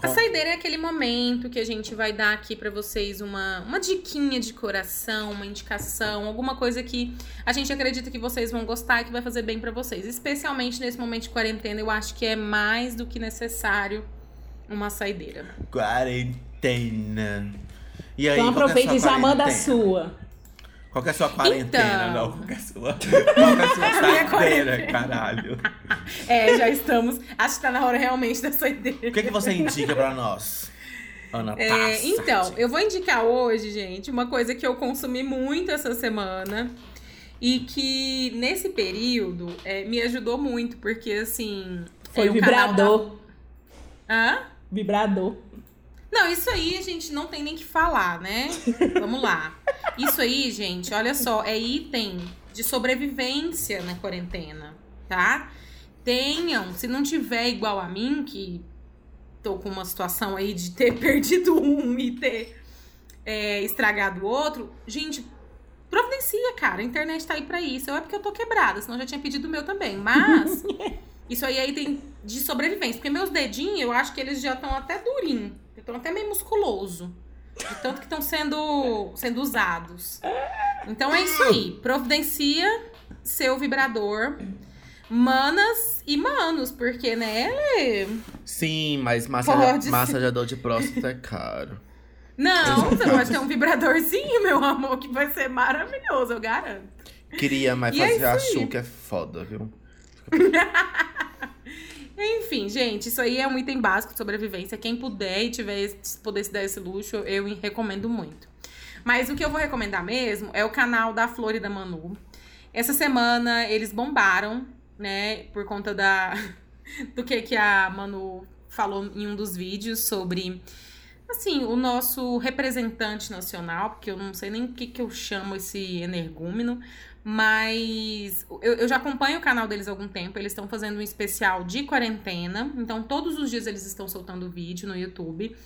A saideira é aquele momento que a gente vai dar aqui pra vocês uma, uma diquinha de coração, uma indicação, alguma coisa que a gente acredita que vocês vão gostar e que vai fazer bem pra vocês. Especialmente nesse momento de quarentena, eu acho que é mais do que necessário uma saideira. Quarentena. E aí, então qual que é aproveita e já sua manda a quarentena? sua. Qual que é a sua quarentena? Então. Não, qual que é a sua? Qual que é a [laughs] sua minha saideira, caralho? É, já estamos. Acho que tá na hora realmente da O saideira. que, que você indica pra nós, Ana É, Tassi? então, eu vou indicar hoje, gente, uma coisa que eu consumi muito essa semana e que nesse período é, me ajudou muito, porque assim. Foi é, o canal vibrador. da- Hã? Vibrador. Não, isso aí a gente não tem nem que falar, né? Vamos lá. Isso aí, gente, olha só, é item de sobrevivência na quarentena, tá? Tenham, se não tiver igual a mim, que tô com uma situação aí de ter [laughs] perdido um e ter é, estragado o outro, gente, providencia, cara. A internet tá aí pra isso. Ou é porque eu tô quebrada, senão eu já tinha pedido o meu também. Mas isso aí é item de sobrevivência. Porque meus dedinhos, eu acho que eles já estão até durinho. Estão até meio musculoso. De tanto que estão sendo, sendo usados. Então é isso aí. Providencia seu vibrador. Manas e manos, porque, né, Lê? Sim, mas massa, Pode. massajador de próstata é caro. Não, você pode ter um vibradorzinho, meu amor, que vai ser maravilhoso, eu garanto. Queria, mas E é fazer isso a aí. chuca é foda, viu? Enfim, gente, isso aí é um item básico de sobrevivência. Quem puder e tiver esse- poder se dar esse luxo, eu recomendo muito. Mas o que eu vou recomendar mesmo é o canal da Flor e da Manu. Essa semana eles bombaram, né, por conta da [laughs] do que que a Manu falou em um dos vídeos sobre assim, o nosso representante nacional, porque eu não sei nem o que que eu chamo esse energúmeno, mas eu, eu já acompanho o canal deles há algum tempo. Eles estão fazendo um especial de quarentena. Então, todos os dias eles estão soltando vídeo no YouTube.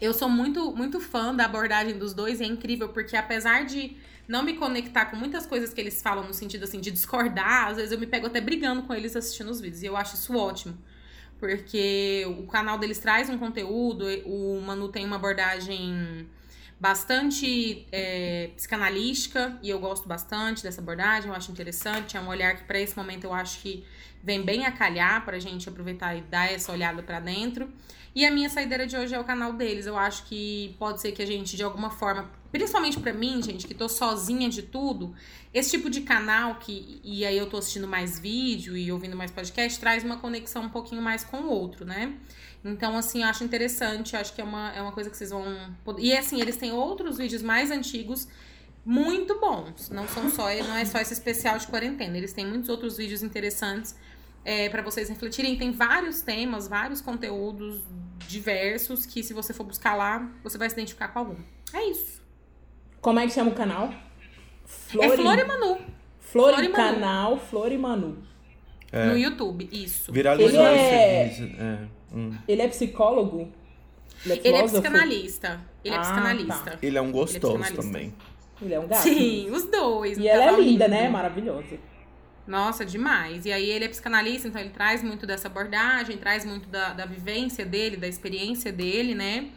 Eu sou muito, muito fã da abordagem dos dois. E é incrível, porque apesar de não me conectar com muitas coisas que eles falam, no sentido assim, de discordar, às vezes eu me pego até brigando com eles assistindo os vídeos. E eu acho isso ótimo. Porque o canal deles traz um conteúdo, o Manu tem uma abordagem bastante é, psicanalística e eu gosto bastante dessa abordagem, eu acho interessante. É um olhar que para esse momento eu acho que vem bem a calhar para a gente aproveitar e dar essa olhada para dentro. E a minha saideira de hoje é o canal deles. Eu acho que pode ser que a gente, de alguma forma, principalmente para mim, gente, que tô sozinha de tudo, esse tipo de canal que e aí eu tô assistindo mais vídeo e ouvindo mais podcast traz uma conexão um pouquinho mais com o outro, né? Então, assim, eu acho interessante, eu acho que é uma, é uma coisa que vocês vão. poder- E assim, eles têm outros vídeos mais antigos muito bons. Não são só, não é só esse especial de quarentena. Eles têm muitos outros vídeos interessantes é, para vocês refletirem. Tem vários temas, vários conteúdos diversos que se você for buscar lá, você vai se identificar com algum. É isso. Como é que chama o canal? É Flor e Manu Flor Flor e e Manu. Canal Flor e Manu. no YouTube. Isso. Viralizou Ele é- esse vídeo. É. hum. Ele é psicólogo? Ele é filósofo? psicanalista. Ele é Ah, psicanalista. Ele é um gostoso psicanalista. também. Ele é um gato. Sim, os dois. um E ela é casal linda, lindo. né? Maravilhosa. Nossa, demais. E aí ele é psicanalista, então ele traz muito dessa abordagem, traz muito da, da vivência dele, da experiência dele, né?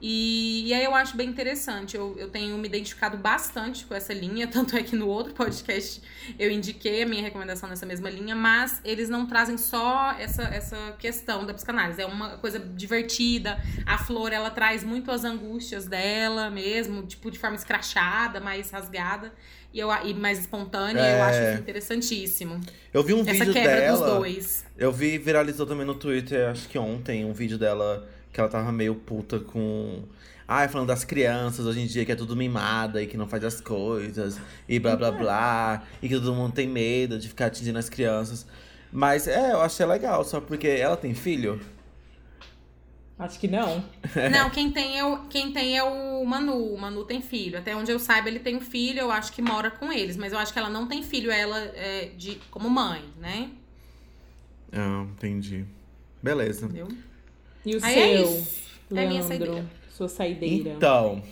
E, e aí eu acho bem interessante. Eu, eu tenho me identificado bastante com essa linha, [laughs] tanto é que no outro podcast eu indiquei a minha recomendação nessa mesma linha, mas eles não trazem só essa, essa questão da psicanálise. É uma coisa divertida. A Flor, ela traz muito as angústias dela mesmo, tipo, de forma escrachada, mais rasgada e, eu, a- e mais espontânea. Eu acho É. isso interessantíssimo. Eu vi um Essa vídeo quebra dela. dos dois. Eu vi, viralizou também no Twitter, acho que ontem, um vídeo dela que ela tava meio puta com. Ai, falando das crianças hoje em dia, que é tudo mimada e que não faz as coisas, e blá blá blá, e que todo mundo tem medo de ficar atingindo as crianças. Mas é, eu achei legal, só porque ela tem filho. Acho que não. Não, quem tem, é o, quem tem é o Manu. O Manu tem filho. Até onde eu saiba, ele tem um filho, eu acho que mora com eles. Mas eu acho que ela não tem filho, ela é de, como mãe, né? Ah, entendi. Beleza. Entendeu? E o Aí seu, é isso. É minha Leandro? saideira. sua saideira. Então,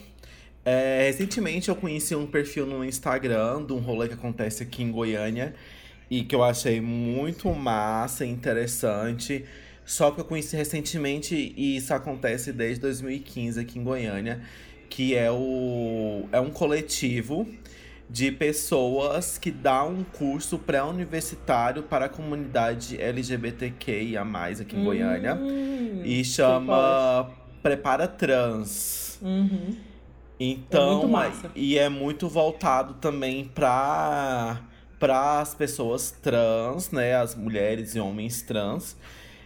é, recentemente eu conheci um perfil no Instagram de um rolê que acontece aqui em Goiânia e que eu achei muito massa, interessante. Só que eu conheci recentemente e isso acontece desde 2015 aqui em Goiânia, que é o é um coletivo de pessoas que dá um curso pré-universitário para a comunidade LGBTQIA+, aqui em Goiânia. Hum, E qual chama Prepara Trans. Uhum. Então, É muito massa. e é muito voltado também para as pessoas trans, né, as mulheres e homens trans.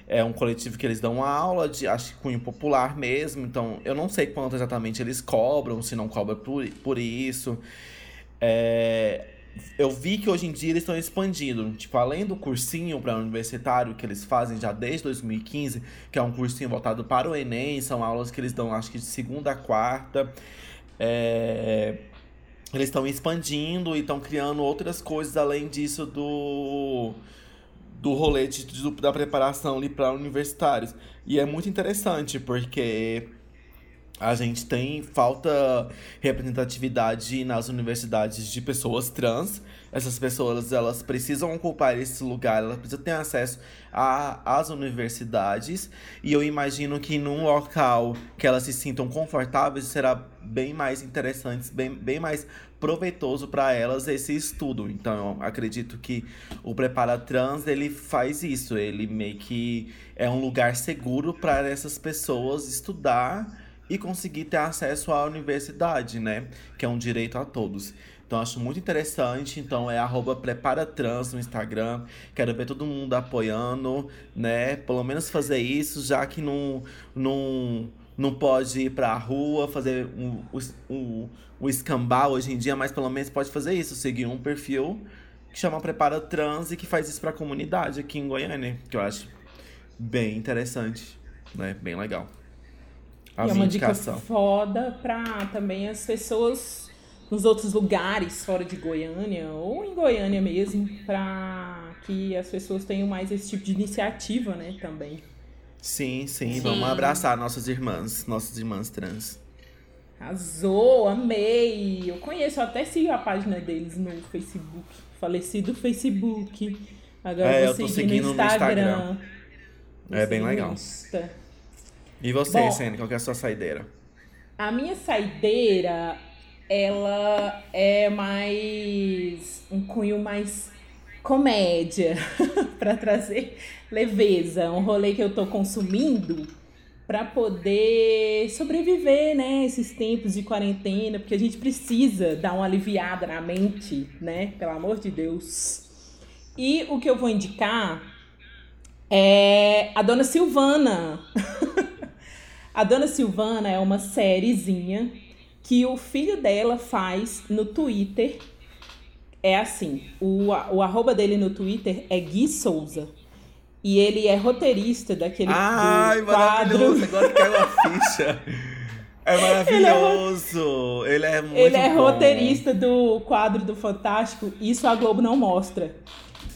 É um coletivo que eles dão aula de, acho que cunho popular mesmo. Então, eu não sei quanto exatamente eles cobram, se não cobra por, por isso. É, eu vi que hoje em dia eles estão expandindo. Tipo, além do cursinho para universitário que eles fazem já desde 2015, que é um cursinho voltado para o Enem, são aulas que eles dão, acho que de segunda a quarta. É, Eles estão expandindo e estão criando outras coisas além disso do do rolê de- do- da preparação ali para universitários. E é muito interessante porque a gente tem falta representatividade nas universidades de pessoas trans. Essas pessoas elas precisam ocupar esse lugar, elas precisam ter acesso a- às universidades. E eu imagino que num local que elas se sintam confortáveis será bem mais interessante, bem, bem mais proveitoso para elas esse estudo. Então, eu acredito que o Prepara Trans ele faz isso, ele meio que é um lugar seguro para essas pessoas estudar e conseguir ter acesso à universidade, né? Que é um direito a todos. Então eu acho muito interessante. Então é arroba Prepara Trans no Instagram. Quero ver todo mundo apoiando, né? Pelo menos fazer isso, já que não, não, não pode ir pra rua fazer o um, um, um escambau hoje em dia, mas pelo menos pode fazer isso, seguir um perfil que chama Prepara Trans e que faz isso pra comunidade aqui em Goiânia, que eu acho bem interessante, né? Bem legal. A e é minha uma dica indicação. foda pra também as pessoas nos outros lugares fora de Goiânia ou em Goiânia mesmo, pra que as pessoas tenham mais esse tipo de iniciativa, né, também. Sim, sim, Sim. vamos abraçar nossas irmãs, nossas irmãs trans. Arrasou, amei. Eu conheço, eu até sigo a página deles no Facebook. Falecido Facebook. Agora É, eu eu tô vou seguir seguindo no no Instagram. Instagram. Vou É bem seguir no legal. Insta. E você, Bom. Sene, qual que é a sua saideira? A minha saideira, ela é mais um cunho mais comédia [laughs] para trazer leveza, um rolê que eu tô consumindo para poder sobreviver, né, esses tempos de quarentena, porque a gente precisa dar uma aliviada na mente, né? Pelo amor de Deus. E o que eu vou indicar é a Dona Silvana. [laughs] a Dona Silvana é uma sériezinha que o filho dela faz no Twitter. É assim, o, a- o arroba dele no Twitter é Gui Souza. E ele é roteirista daquele Ai, do quadro maravilhoso! Agora caiu a ficha. É maravilhoso! Ele é muito Ele é bom. roteirista do quadro do Fantástico, isso a Globo não mostra.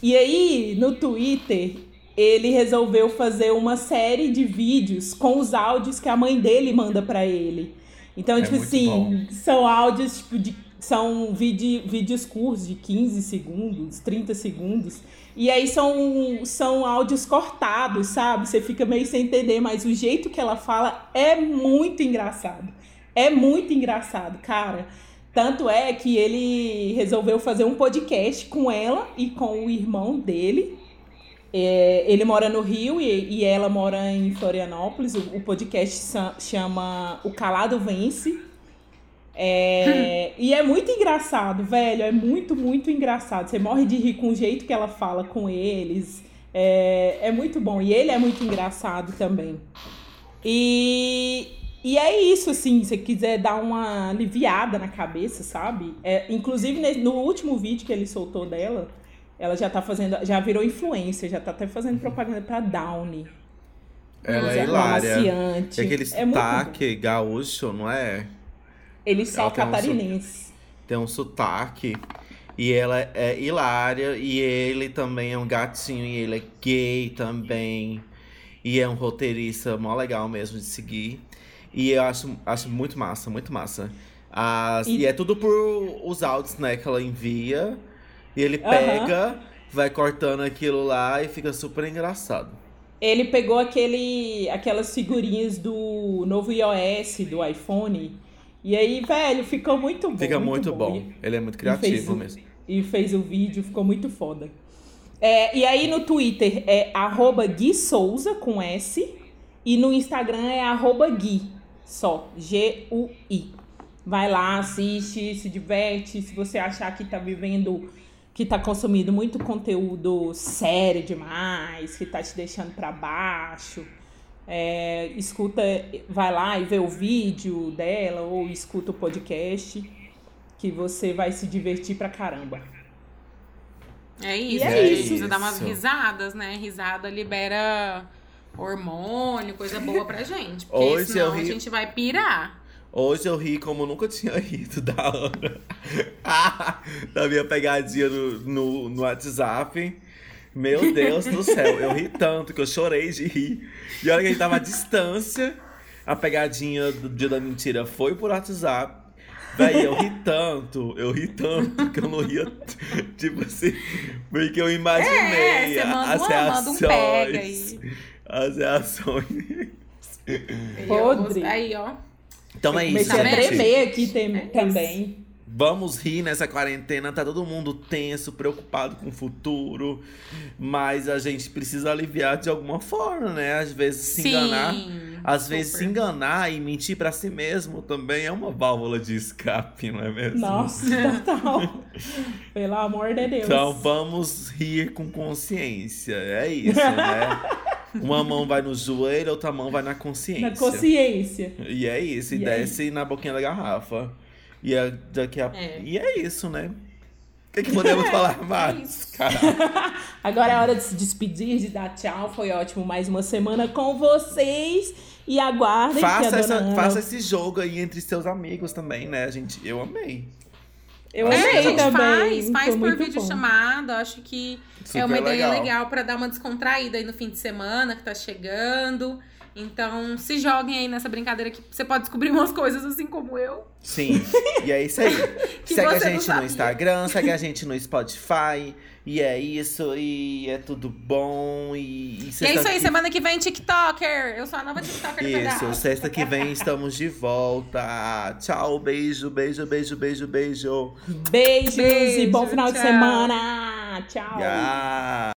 E aí, no Twitter, ele resolveu fazer uma série de vídeos com os áudios que a mãe dele manda pra ele. Então, É tipo muito assim, bom. são áudios tipo de são vide- vídeos curtos de 15 segundos, 30 segundos. E aí são, são áudios cortados, sabe? Você fica meio sem entender, mas o jeito que ela fala é muito engraçado. É muito engraçado, cara. Tanto é que ele resolveu fazer um podcast com ela e com o irmão dele. É, ele mora no Rio e, e ela mora em Florianópolis. O, o podcast sa- chama O Calado Vence. É, e é muito engraçado, velho. É muito, muito engraçado. Você morre de rir com o jeito que ela fala com eles. É, é muito bom. E ele é muito engraçado também. E, e é isso, assim, se você quiser dar uma aliviada na cabeça, sabe? É, inclusive, ne- no último vídeo que ele soltou dela, ela já tá fazendo, já virou influência, já tá até fazendo propaganda pra Downy. Ela Mas é uma hilária. amaciante. E aquele É muito bom. sotaque gaúcho, não é? Eles são ela tem um sotaque. catarinenses. Tem um sotaque. E ela é hilária. E ele também é um gatinho. E ele é gay também. E é um roteirista mó legal mesmo de seguir. E eu acho, acho muito massa, muito massa. As- E- e... é tudo por os áudios, né, que ela envia. E ele Aham. pega, vai cortando aquilo lá e fica super engraçado. Ele pegou aquele, aquelas figurinhas do novo iOS, do iPhone. E aí, velho, ficou muito bom. Fica muito, bom. E- Ele é muito fez criativo um- mesmo. e fez o vídeo, ficou muito foda. É, e aí no Twitter é arroba Gui Souza com S e no Instagram é arroba Gui, só, G-U-I. Vai lá, assiste, se diverte. Se você achar que tá vivendo, que tá consumindo muito conteúdo sério demais, que tá te deixando pra baixo, é, escuta, vai lá e vê o vídeo dela ou escuta o podcast que você vai se divertir pra caramba. É isso, E é gente. isso. Precisa dar umas Isso. risadas, né? Risada libera hormônio, coisa boa pra gente. Porque Hoje senão eu a ri- gente vai pirar. Hoje eu ri como eu nunca tinha [laughs] rido da Ana. [laughs] da minha pegadinha no, no, no WhatsApp. Meu Deus do céu, eu ri tanto que eu chorei de rir. E olha que a gente tava à distância. A pegadinha do dia da mentira foi por WhatsApp. Véi, eu ri tanto, eu ri tanto que eu não ria. [laughs] Tipo assim, porque eu É, imaginei você manda as uma, manda um reações. pega aí. As reações. Podre. Eu- Aí, ó. Então é isso, Comecei a né, gente. tremer aqui tem- É isso. também. Vamos rir nessa quarentena, tá todo mundo tenso, preocupado com o futuro, mas a gente precisa aliviar de alguma forma, né? Às vezes se enganar, Sim. às vezes se super. enganar e mentir pra si mesmo também é uma válvula de escape, não é mesmo? [laughs] Nossa, [laughs] total. Pelo amor de Deus. Então vamos rir com consciência, é isso, né? [laughs] Uma mão vai no joelho, outra mão vai na consciência. Na consciência. [laughs] E é isso, e, E é desce na boquinha da garrafa. E é, daqui a... É. e é isso, né? O que, que [laughs] podemos falar mais? Caralho. Agora é hora de se despedir, de dar tchau. Foi ótimo mais uma semana com vocês. E aguardem que a Faça, dona essa- Ana... faça esse jogo aí entre seus amigos também, né, gente? Eu amei. Eu É, amei a gente também. faz, faz foi por muito vídeo bom. chamado. Acho que Super é uma ideia legal pra dar uma descontraída aí no fim de semana que tá chegando. Então, se joguem aí nessa brincadeira que você pode descobrir [laughs] umas coisas assim como eu. Sim. E é isso aí. [laughs] Que segue a você não gente no sabia. Instagram, segue [laughs] a gente no Spotify. E é isso, e é tudo bom. E, e E é sexta isso aí, que... semana que vem, TikToker. Eu sou a nova TikToker do tá Isso, pedaço. sexta que vem estamos de volta. Tchau, beijo, beijo, beijo, beijo, beijo. Beijos e bom Beijo, final de tchau. semana. Tchau. Yeah.